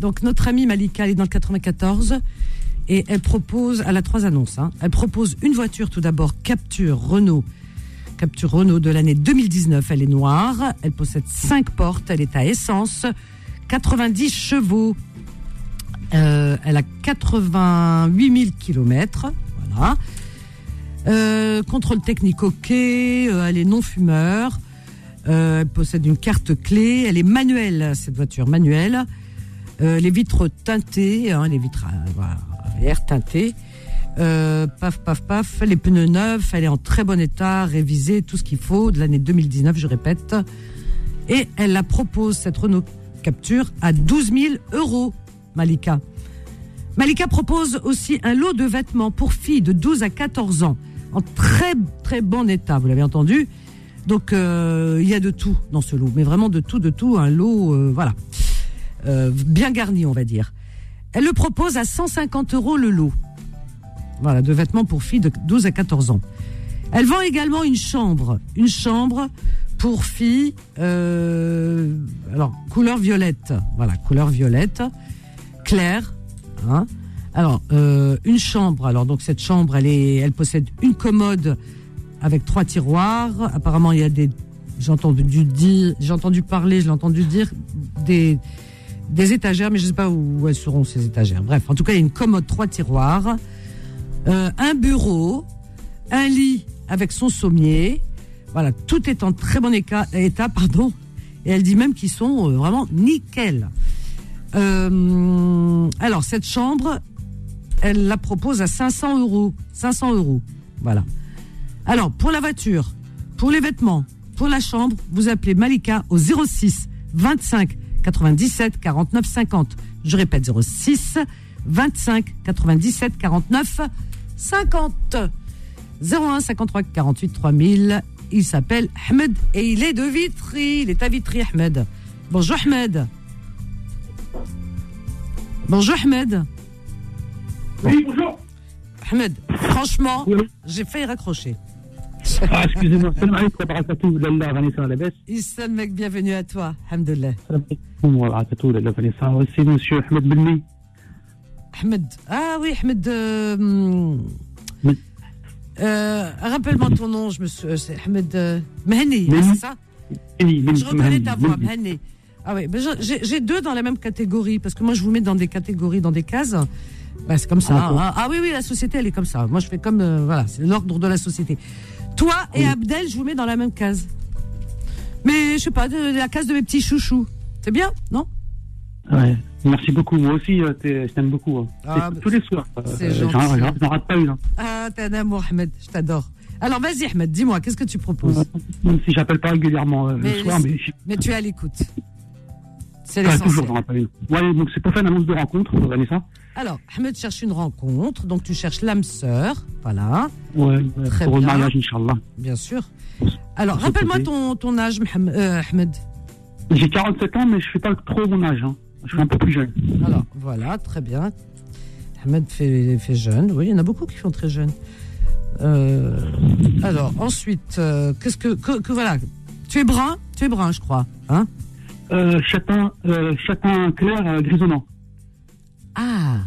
[SPEAKER 2] Donc notre amie Malika, elle est dans le 94 et elle propose, elle a trois annonces. hein. Elle propose une voiture tout d'abord, Capture Renault. Capture Renault de l'année 2019, elle est noire, elle possède cinq portes, elle est à essence, 90 chevaux, Euh, elle a 88 000 kilomètres, voilà. Euh, contrôle technique ok, euh, elle est non fumeur, euh, elle possède une carte clé. Elle est manuelle, cette voiture manuelle. Euh, les vitres teintées, hein, les vitres à- voilà, arrière teintées. Euh, paf, paf, paf. Les pneus neufs, elle est en très bon état, révisée, tout ce qu'il faut, de l'année 2019, je répète. Et elle la propose, cette Renault Capture, à 12 000 euros, Malika. Malika propose aussi un lot de vêtements pour filles de 12 à 14 ans, en très, très bon état, vous l'avez entendu. Donc euh, il y a de tout dans ce lot, mais vraiment de tout, de tout, un lot, euh, voilà, Euh, bien garni, on va dire. Elle le propose à 150 euros le lot, voilà, de vêtements pour filles de 12 à 14 ans. Elle vend également une chambre, une chambre pour filles, euh, alors couleur violette, voilà, couleur violette, claire. Hein. Alors euh, une chambre, alors donc cette chambre, elle est, elle possède une commode avec trois tiroirs. Apparemment, il y a des. J'ai entendu dire, j'ai entendu parler, je l'ai entendu dire des des étagères, mais je sais pas où elles seront ces étagères. Bref, en tout cas, il y a une commode trois tiroirs, euh, un bureau, un lit avec son sommier. Voilà, tout est en très bon éca- état, pardon. Et elle dit même qu'ils sont euh, vraiment nickel. Euh, alors cette chambre, elle la propose à 500 euros. 500 euros, voilà. Alors, pour la voiture, pour les vêtements, pour la chambre, vous appelez Malika au 06 25 97 49 50. Je répète, 06 25 97 49 50. 01 53 48 3000. Il s'appelle Ahmed et il est de Vitry. Il est à Vitry, Ahmed. Bonjour, Ahmed. Bonjour, Ahmed.
[SPEAKER 7] Oui, bonjour.
[SPEAKER 2] Ahmed, franchement,
[SPEAKER 7] Oui, oui.
[SPEAKER 2] j'ai failli raccrocher.
[SPEAKER 7] Ah, excusez-moi. Salam alaikum wa barakatuh. Lalla, Vanessa, la baisse.
[SPEAKER 2] Issam, mec, bienvenue à toi. Alhamdulillah.
[SPEAKER 7] Salam alaikum wa barakatuh. Lalla, Vanessa. Oui, C'est monsieur Ahmed Benni.
[SPEAKER 2] Ahmed. Ah oui, Ahmed. euh, hmm.
[SPEAKER 7] Oui.
[SPEAKER 2] Euh, Rappelle-moi ton nom, je me suis. euh, c'est Ahmed euh, Mahani, hein,
[SPEAKER 7] Mahani.
[SPEAKER 2] c'est ça
[SPEAKER 7] Benni, Benni,
[SPEAKER 2] Je reconnais ta
[SPEAKER 7] Benni,
[SPEAKER 2] voix,
[SPEAKER 7] Benni.
[SPEAKER 2] Mahani. Ah oui, ben, je- j'ai j'ai deux dans la même catégorie, parce que moi je vous mets dans des catégories, dans des cases. Ben, c'est comme ça.
[SPEAKER 7] Ah, d'accord.
[SPEAKER 2] hein. Ah, oui, oui, la société, elle est comme ça. Moi je fais comme. euh, voilà, c'est l'ordre de la société. Toi et Abdel, je vous mets dans la même case. Mais je sais pas, de- de la case de mes petits chouchous. C'est bien, non
[SPEAKER 8] Ouais. Merci beaucoup. Moi aussi, euh, t'es- je t'aime beaucoup. hein.
[SPEAKER 2] Ah,
[SPEAKER 8] C'est-
[SPEAKER 2] bah,
[SPEAKER 8] tous les soirs.
[SPEAKER 2] c'est
[SPEAKER 8] Euh, j'en-
[SPEAKER 2] gentil.
[SPEAKER 8] j'en- J'en rate pas une. hein.
[SPEAKER 2] Ah, t'es un amour, Ahmed, je t'adore. Alors vas-y, Ahmed, dis-moi, qu'est-ce que tu proposes
[SPEAKER 8] Même si j'appelle pas régulièrement euh,
[SPEAKER 2] Mais
[SPEAKER 8] le soir,
[SPEAKER 2] c'est-
[SPEAKER 8] mais je-
[SPEAKER 2] Mais tu es à l'écoute. C'est
[SPEAKER 8] enfin, toujours
[SPEAKER 2] l'essentiel.
[SPEAKER 4] hein.
[SPEAKER 8] j'en rappelle une. Ouais, donc c'est pour faire une annonce de rencontre, euh, Vanessa.
[SPEAKER 2] Alors, Ahmed cherche une rencontre, donc tu cherches l'âme sœur, voilà,
[SPEAKER 8] Ouais, euh,
[SPEAKER 2] Très
[SPEAKER 8] pour le
[SPEAKER 2] bien.
[SPEAKER 8] mariage, Inch'Allah.
[SPEAKER 2] bien sûr. Alors,
[SPEAKER 8] Faut
[SPEAKER 2] rappelle-moi
[SPEAKER 8] poser.
[SPEAKER 2] ton, ton âge, Mohamed- euh, Ahmed.
[SPEAKER 8] J'ai 47 ans, mais je fais pas trop mon âge. hein. Je suis un peu plus jeune.
[SPEAKER 2] Alors, voilà, très bien. Ahmed fait, fait jeune, oui, il y en a beaucoup qui font très jeune. Euh, alors, ensuite, euh, qu'est-ce que, que, que- Voilà, tu es brun, tu es brun, je crois. Hein
[SPEAKER 8] Euh, châtain, euh, châtain clair, euh, grisonnant.
[SPEAKER 2] ah,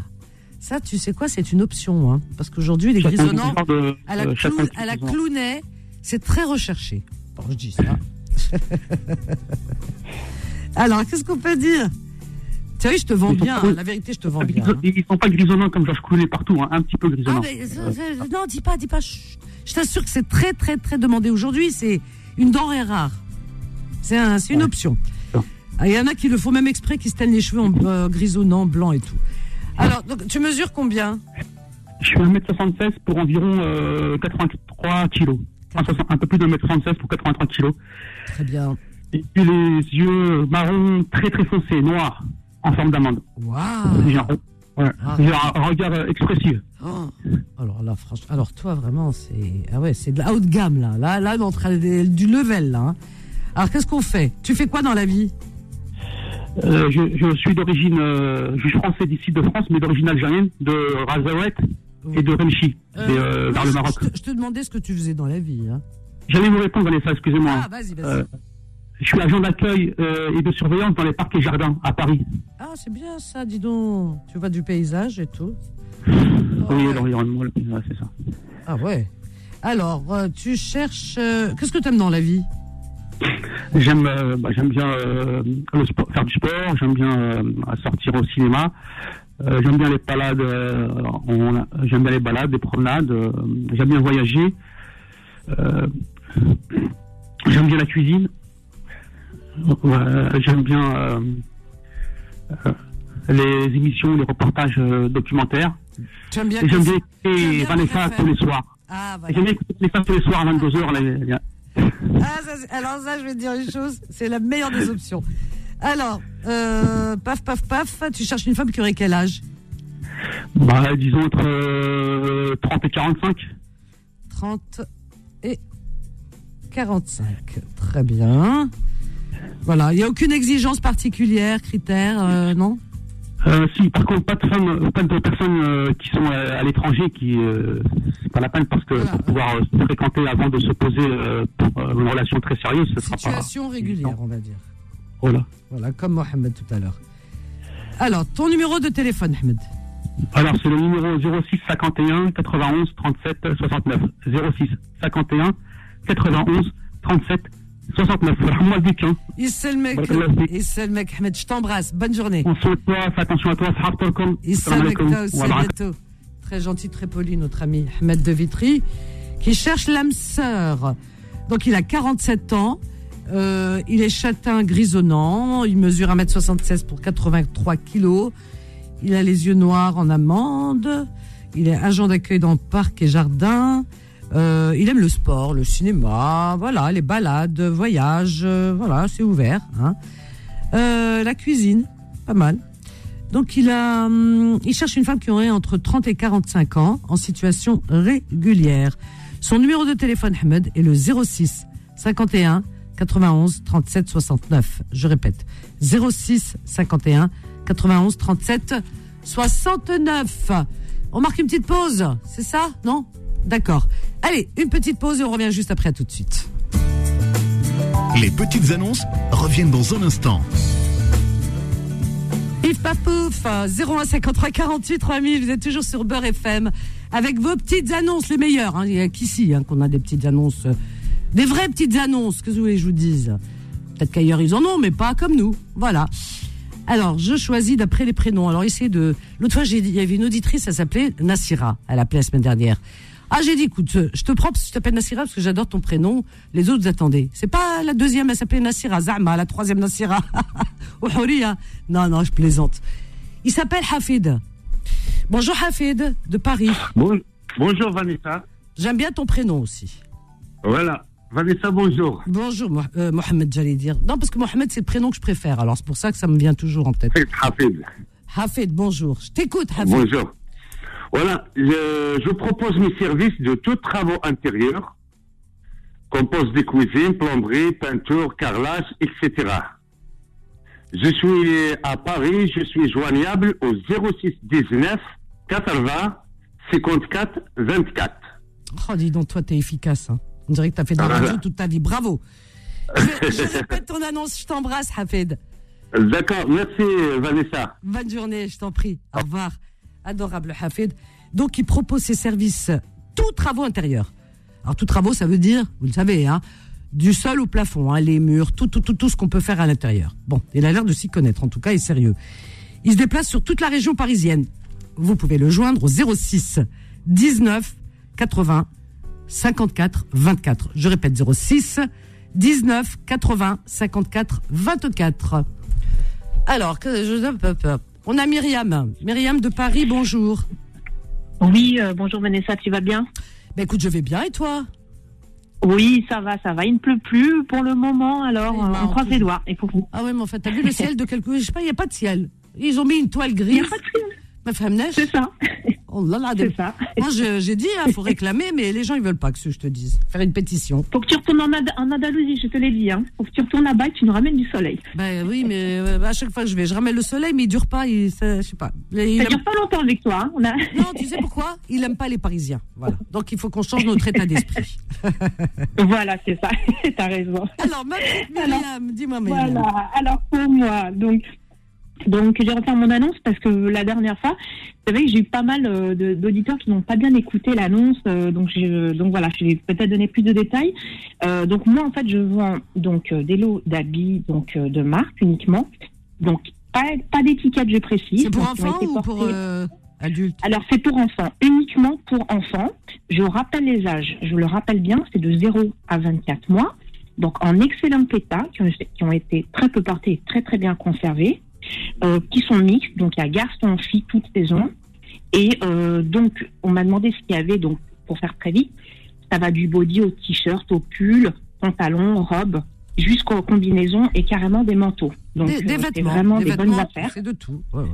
[SPEAKER 2] ça, tu sais quoi, c'est une option, hein, parce qu'aujourd'hui, les grisonnants,
[SPEAKER 8] Châtain grisonnant de-
[SPEAKER 2] à la, clou-
[SPEAKER 8] euh, châtain
[SPEAKER 2] à la
[SPEAKER 8] grisonnant.
[SPEAKER 2] clounet, c'est très recherché. Bon, je dis ça. Alors, qu'est-ce qu'on peut dire Tu sais, je te vends
[SPEAKER 8] Ils sont
[SPEAKER 2] bien. hein,
[SPEAKER 8] cool.
[SPEAKER 2] La vérité, je te vends
[SPEAKER 8] Ah, Ils
[SPEAKER 2] bien. hein.
[SPEAKER 8] sont- Ils sont pas grisonnants comme Georges Clooney partout, hein, un petit peu
[SPEAKER 2] Ah,
[SPEAKER 8] grisonnants.
[SPEAKER 2] mais, euh, euh, non, dis pas, dis pas. chut. Je t'assure que c'est très, très, très demandé aujourd'hui. C'est une denrée rare. C'est un- c'est une
[SPEAKER 8] Ouais.
[SPEAKER 2] option. Ah, Il y en a qui le font même exprès, qui se teignent les cheveux en euh, grisonnant, blanc et tout. Alors, donc, tu mesures combien
[SPEAKER 8] Je suis 1m76 pour environ euh, 83 kilos. Un soixante- Un peu plus de 1m76 pour 83 kilos.
[SPEAKER 2] Très bien.
[SPEAKER 8] Et puis les yeux marron très très foncés, noirs, en forme d'amande.
[SPEAKER 2] Waouh
[SPEAKER 8] Genre, ouais.
[SPEAKER 2] Ah.
[SPEAKER 8] Genre un regard euh, expressif.
[SPEAKER 2] Oh. Alors là, franchement, alors toi vraiment, c'est ah ouais, c'est de la haute gamme là. Là, là, on est en train de- du level là. hein. Alors qu'est-ce qu'on fait Tu fais quoi dans la vie
[SPEAKER 8] Euh, je, je suis d'origine, euh, je suis français d'ici de France, mais d'origine algérienne, de Razaouet et de Remchi,
[SPEAKER 2] Euh,
[SPEAKER 8] et, euh,
[SPEAKER 2] non,
[SPEAKER 8] vers le
[SPEAKER 2] je-
[SPEAKER 8] Maroc.
[SPEAKER 2] Je te, je te demandais ce que tu faisais dans la vie. hein.
[SPEAKER 8] J'allais vous répondre, Vanessa, excusez-moi.
[SPEAKER 2] Ah vas-y, vas-y.
[SPEAKER 8] Euh, je suis agent d'accueil euh, et de surveillance dans les parcs et jardins à Paris.
[SPEAKER 2] Ah c'est bien ça, dis donc. Tu vois du paysage et tout. Ah
[SPEAKER 8] Oui,
[SPEAKER 2] ouais.
[SPEAKER 8] l'environnement, le- ouais, c'est ça.
[SPEAKER 2] Ah ouais. Alors euh, tu cherches. euh, Qu'est-ce que tu aimes dans la vie
[SPEAKER 8] J'aime, euh, bah, j'aime bien euh, le sport, faire du sport. J'aime bien euh, sortir au cinéma. euh, j'aime bien les balades. euh, en- j'aime bien les balades, les promenades. euh, j'aime bien voyager. euh, j'aime bien la cuisine. euh, j'aime bien euh, euh, les émissions, les reportages euh, documentaires.
[SPEAKER 2] Tu aimes bien.
[SPEAKER 8] Et j'aime bien
[SPEAKER 2] J'aime
[SPEAKER 8] écouter
[SPEAKER 2] bien
[SPEAKER 8] Vanessa
[SPEAKER 2] préférer.
[SPEAKER 8] tous les soirs.
[SPEAKER 2] Ah
[SPEAKER 8] Et
[SPEAKER 2] voilà.
[SPEAKER 8] J'aime bien écouter Vanessa tous les soirs à 22h. les- les-
[SPEAKER 2] Ah, ça, c'est- alors ça, je vais te dire une chose, c'est la meilleure des options. Alors, euh, paf, paf, paf, tu cherches une femme qui aurait quel âge
[SPEAKER 8] bah, disons entre euh, 30 et 45.
[SPEAKER 2] 30 et 45. Très bien. Voilà, il n'y a aucune exigence particulière, critère, euh, non
[SPEAKER 8] Euh, si, par contre, pas de femmes, pas de personnes euh, qui sont euh, à l'étranger, qui euh, c'est pas la peine parce que
[SPEAKER 2] Voilà.
[SPEAKER 8] pour pouvoir euh, se fréquenter avant de se poser euh, pour euh, une relation très sérieuse, ce sera pas.
[SPEAKER 2] Situation régulière, on va dire.
[SPEAKER 8] Voilà.
[SPEAKER 2] Voilà, comme Mohamed tout à l'heure. Alors, ton numéro de téléphone, Ahmed
[SPEAKER 8] Alors c'est le numéro 06 51 91 37 69. 06 51 91 37 69. Alors moi hein, dis tiens,
[SPEAKER 2] Issel mec,
[SPEAKER 8] Barakallah fik.
[SPEAKER 2] Issel mec, Ahmed, je t'embrasse, bonne journée.
[SPEAKER 8] on souhaite toi, fais attention à toi, salam alaikum.
[SPEAKER 2] Et ça,
[SPEAKER 8] Salam
[SPEAKER 2] avec
[SPEAKER 8] alaikum.
[SPEAKER 2] toi aussi,
[SPEAKER 8] Wa
[SPEAKER 2] à
[SPEAKER 8] barak.
[SPEAKER 2] bientôt. Très gentil, très poli, notre ami Ahmed de Vitry, qui cherche l'âme sœur. Donc, il a 47 ans. euh, il est châtain grisonnant. Il mesure 1m76 pour 83 kilos. Il a les yeux noirs en amande. Il est agent d'accueil dans parc et jardin. Euh, il aime le sport, le cinéma, voilà, les balades, voyages, euh, voilà, c'est ouvert. Hein. Euh, la cuisine, pas mal. Donc il a, hum, il cherche une femme qui aurait entre 30 et 45 ans, en situation régulière. Son numéro de téléphone, Ahmed, est le 06 51 91 37 69. Je répète, 06 51 91 37 69. On marque une petite pause, c'est ça Non D'accord. Allez, une petite pause et on revient juste après, à tout de suite.
[SPEAKER 1] Les petites annonces reviennent dans un instant.
[SPEAKER 2] Yves Papouf, 0153 48 3000, vous êtes toujours sur Beurre FM avec vos petites annonces, les meilleures. hein. Il n'y a qu'ici hein, qu'on a des petites annonces, euh, des vraies petites annonces, que vous voulez que je vous dise Peut-être qu'ailleurs ils en ont, mais pas comme nous. Voilà. Alors, je choisis d'après les prénoms. Alors, essayez de. L'autre fois, j'ai dit- il y avait une auditrice, elle s'appelait Nassira. Elle appelait la semaine dernière. Ah, j'ai dit, écoute, je te prends parce que je t'appelle Nassira parce que j'adore ton prénom. Les autres, attendez. C'est pas la deuxième, elle s'appelait Nassira, Zama, la troisième Nassira. Ou Houria. Non, non, je plaisante. Il s'appelle Hafid. Bonjour Hafid, de Paris.
[SPEAKER 8] Bon- bonjour Vanessa.
[SPEAKER 2] J'aime bien ton prénom aussi.
[SPEAKER 8] Voilà. Vanessa, bonjour.
[SPEAKER 2] Bonjour Mo- euh, Mohamed, j'allais dire. Non, parce que Mohamed, c'est le prénom que je préfère. Alors, c'est pour ça que ça me vient toujours en tête.
[SPEAKER 8] Hafid, Hafid.
[SPEAKER 2] Hafid, bonjour. Je t'écoute, Hafid.
[SPEAKER 8] Bonjour. Voilà, je, je propose mes services de tous travaux intérieurs, comme pose des cuisines, plomberie, peinture, carrelage, etc. Je suis à Paris, je suis joignable au 06 19 80 54 24.
[SPEAKER 2] Oh, dis donc, toi, t'es efficace. hein. On dirait que t'as fait de la
[SPEAKER 8] Voilà.
[SPEAKER 2] radio toute ta vie. Bravo. Je, je répète ton annonce. Je t'embrasse, Hafid.
[SPEAKER 8] D'accord, merci Vanessa.
[SPEAKER 2] Bonne journée, je t'en prie. Au revoir. Adorable Hafid. Donc, il propose ses services, tous travaux intérieurs. Alors, tous travaux, ça veut dire, vous le savez, hein, du sol au plafond, hein, les murs, tout, tout, tout, tout ce qu'on peut faire à l'intérieur. Bon, il a l'air de s'y connaître, en tout cas, il est sérieux. Il se déplace sur toute la région parisienne. Vous pouvez le joindre au 06 19 80 54 24. Je répète, 06 19 80 54 24. Alors, que je... on a Myriam. Myriam de Paris, bonjour.
[SPEAKER 9] Oui, euh, bonjour Vanessa, tu vas bien
[SPEAKER 2] Ben écoute, je vais bien et toi
[SPEAKER 9] Oui, ça va, ça va. Il ne pleut plus pour le moment, alors
[SPEAKER 2] Oui,
[SPEAKER 9] euh,
[SPEAKER 2] bah,
[SPEAKER 9] on
[SPEAKER 2] on
[SPEAKER 9] croise
[SPEAKER 2] peut-
[SPEAKER 9] les doigts. Et pour vous
[SPEAKER 2] Ah ouais, mais en fait, t'as vu le ciel de quelque... Je sais pas, il n'y a pas de ciel. Ils ont mis une toile grise. Ma femme neige.
[SPEAKER 9] C'est ça,
[SPEAKER 2] Oh là là, des-
[SPEAKER 9] c'est ça.
[SPEAKER 2] Moi, je- j'ai dit, il faut réclamer, mais les gens, ils veulent pas que ce- je te dise. Faire une pétition.
[SPEAKER 9] Faut que tu retournes en, Ad- en Andalousie, je te l'ai dit. Hein. Faut que tu retournes là-bas et tu nous ramènes du soleil.
[SPEAKER 2] Ben oui, mais euh, à chaque fois que je vais, je ramène le soleil, mais il dure pas. Il, ça, je sais pas. Il
[SPEAKER 9] Ça
[SPEAKER 2] aime-
[SPEAKER 9] dure pas longtemps avec toi. hein. On a...
[SPEAKER 2] Non, tu sais pourquoi Il aime pas les Parisiens. Voilà. Donc, il faut qu'on change notre état d'esprit.
[SPEAKER 9] voilà, c'est ça. T'as raison.
[SPEAKER 2] Alors, ma petite Myriam, dis-moi, Myriam.
[SPEAKER 9] Voilà, alors pour moi, donc, donc j'ai refaire mon annonce parce que la dernière fois, vous savez que j'ai eu pas mal euh, de- d'auditeurs qui n'ont pas bien écouté l'annonce, euh, donc, je- donc voilà, je vais peut-être donner plus de détails. Euh, donc moi, en fait, je vends donc euh, des lots d'habits donc euh, de marque uniquement, donc pas, pas d'étiquette, je précise.
[SPEAKER 2] C'est pour
[SPEAKER 9] Donc, qui ont
[SPEAKER 2] enfants
[SPEAKER 9] été
[SPEAKER 2] ou pour
[SPEAKER 9] portés-
[SPEAKER 2] euh, adultes
[SPEAKER 9] alors, c'est pour enfants, uniquement pour enfants. Je rappelle les âges, je le rappelle bien, c'est de 0 à 24 mois. Donc, en excellent état, qui ont, qui ont été très peu portés et très, très bien conservés, euh, qui sont mixtes, donc il y a garçons, filles, toutes saisons. Et euh, donc, on m'a demandé ce qu'il y avait, donc, pour faire très vite, ça va du body au t-shirt, au pull, pantalon, robe, jusqu'aux combinaisons et carrément des manteaux. Donc,
[SPEAKER 2] Des, des
[SPEAKER 9] euh, c'est
[SPEAKER 2] vêtements,
[SPEAKER 9] vraiment
[SPEAKER 2] des
[SPEAKER 9] des, bonnes
[SPEAKER 2] vêtements,
[SPEAKER 9] affaires.
[SPEAKER 2] C'est de tout. Ouais, ouais.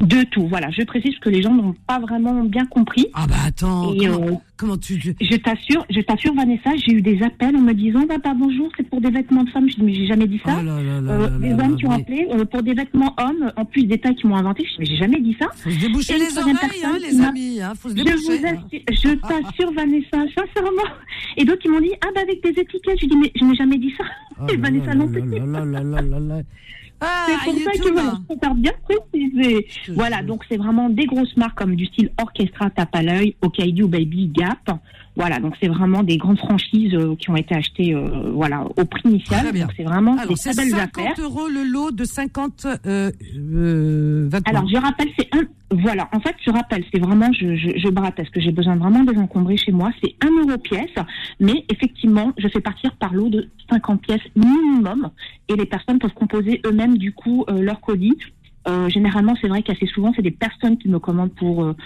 [SPEAKER 9] De tout, voilà. Je précise que les gens n'ont pas vraiment bien compris.
[SPEAKER 2] Ah bah attends,
[SPEAKER 9] Et,
[SPEAKER 2] comment,
[SPEAKER 9] euh,
[SPEAKER 2] comment tu... tu-
[SPEAKER 9] je t'assure, je t'assure, Vanessa, j'ai eu des appels en me disant, bah, bah, bonjour, c'est pour des vêtements de femmes. Je dis, mais j'ai jamais dit
[SPEAKER 2] Oh
[SPEAKER 9] ça.
[SPEAKER 2] là là là
[SPEAKER 9] Euh,
[SPEAKER 2] là
[SPEAKER 9] les
[SPEAKER 2] là
[SPEAKER 9] hommes
[SPEAKER 2] là,
[SPEAKER 9] qui ont
[SPEAKER 2] mais
[SPEAKER 9] appelé euh, pour des vêtements hommes, en plus des tailles qu'ils m'ont inventé. Je dis, mais j'ai jamais dit ça.
[SPEAKER 2] Faut se déboucher
[SPEAKER 9] Et une
[SPEAKER 2] les
[SPEAKER 9] troisième
[SPEAKER 2] oreilles, hein,
[SPEAKER 9] personne qui
[SPEAKER 2] les
[SPEAKER 9] m'a-
[SPEAKER 2] amis. Hein, faut se
[SPEAKER 9] Je
[SPEAKER 2] déboucher.
[SPEAKER 9] vous
[SPEAKER 2] hein.
[SPEAKER 9] assure, je t'assure, Vanessa, sincèrement. Et d'autres qui m'ont dit, ah, bah, avec des étiquettes. Je dis, mais je n'ai jamais dit ça.
[SPEAKER 2] Oh
[SPEAKER 9] Et
[SPEAKER 2] là
[SPEAKER 9] Vanessa
[SPEAKER 2] là
[SPEAKER 9] non plus.
[SPEAKER 2] là là là là là là. Ah,
[SPEAKER 9] C'est pour ça que
[SPEAKER 2] YouTube,
[SPEAKER 9] voilà,
[SPEAKER 2] hein.
[SPEAKER 9] je préfère bien préciser.
[SPEAKER 2] Je te
[SPEAKER 9] Voilà,
[SPEAKER 2] jure.
[SPEAKER 9] donc c'est vraiment des grosses marques comme du style Orchestra, Tape à l'œil, Hokkaido Baby, Gap. Voilà, donc c'est vraiment des grandes franchises euh, qui ont été achetées euh, voilà, au prix
[SPEAKER 2] Très
[SPEAKER 9] initial.
[SPEAKER 2] bien.
[SPEAKER 9] Donc c'est vraiment
[SPEAKER 2] Alors,
[SPEAKER 9] des
[SPEAKER 2] c'est
[SPEAKER 9] très belles
[SPEAKER 2] 50
[SPEAKER 9] affaires.
[SPEAKER 2] euros le lot de 50 euh, euh, vêtements.
[SPEAKER 9] Alors je rappelle, c'est un. Voilà, en fait, je rappelle, c'est vraiment, je, je, je brade parce que j'ai besoin de vraiment désencombrer chez moi. C'est un euro pièce, mais effectivement, je fais partir par lot de 50 pièces minimum, et les personnes peuvent composer eux-mêmes du coup euh, leur colis. Euh, généralement, c'est vrai qu'assez souvent, c'est des personnes qui me commandent pour euh,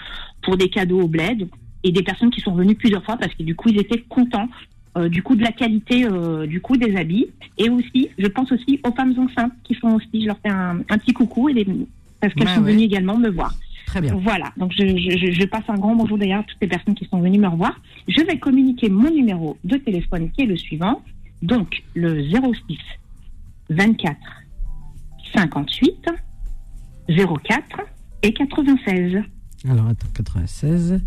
[SPEAKER 9] pour des cadeaux au bled, et des personnes qui sont venues plusieurs fois parce que du coup, ils étaient contents. euh, du coup de la qualité euh, du coup des habits et aussi je pense aussi aux femmes enceintes qui font aussi je leur fais un, un petit coucou et les, parce qu'elles
[SPEAKER 2] Ouais,
[SPEAKER 9] sont
[SPEAKER 2] ouais.
[SPEAKER 9] venues également me voir
[SPEAKER 2] Très bien.
[SPEAKER 9] voilà, donc je, je- je- je passe un grand bonjour d'ailleurs à toutes les personnes qui sont venues me revoir. Je vais communiquer mon numéro de téléphone qui est le suivant. Donc le 06 24 58 04 et 96.
[SPEAKER 2] Alors, attends, 96.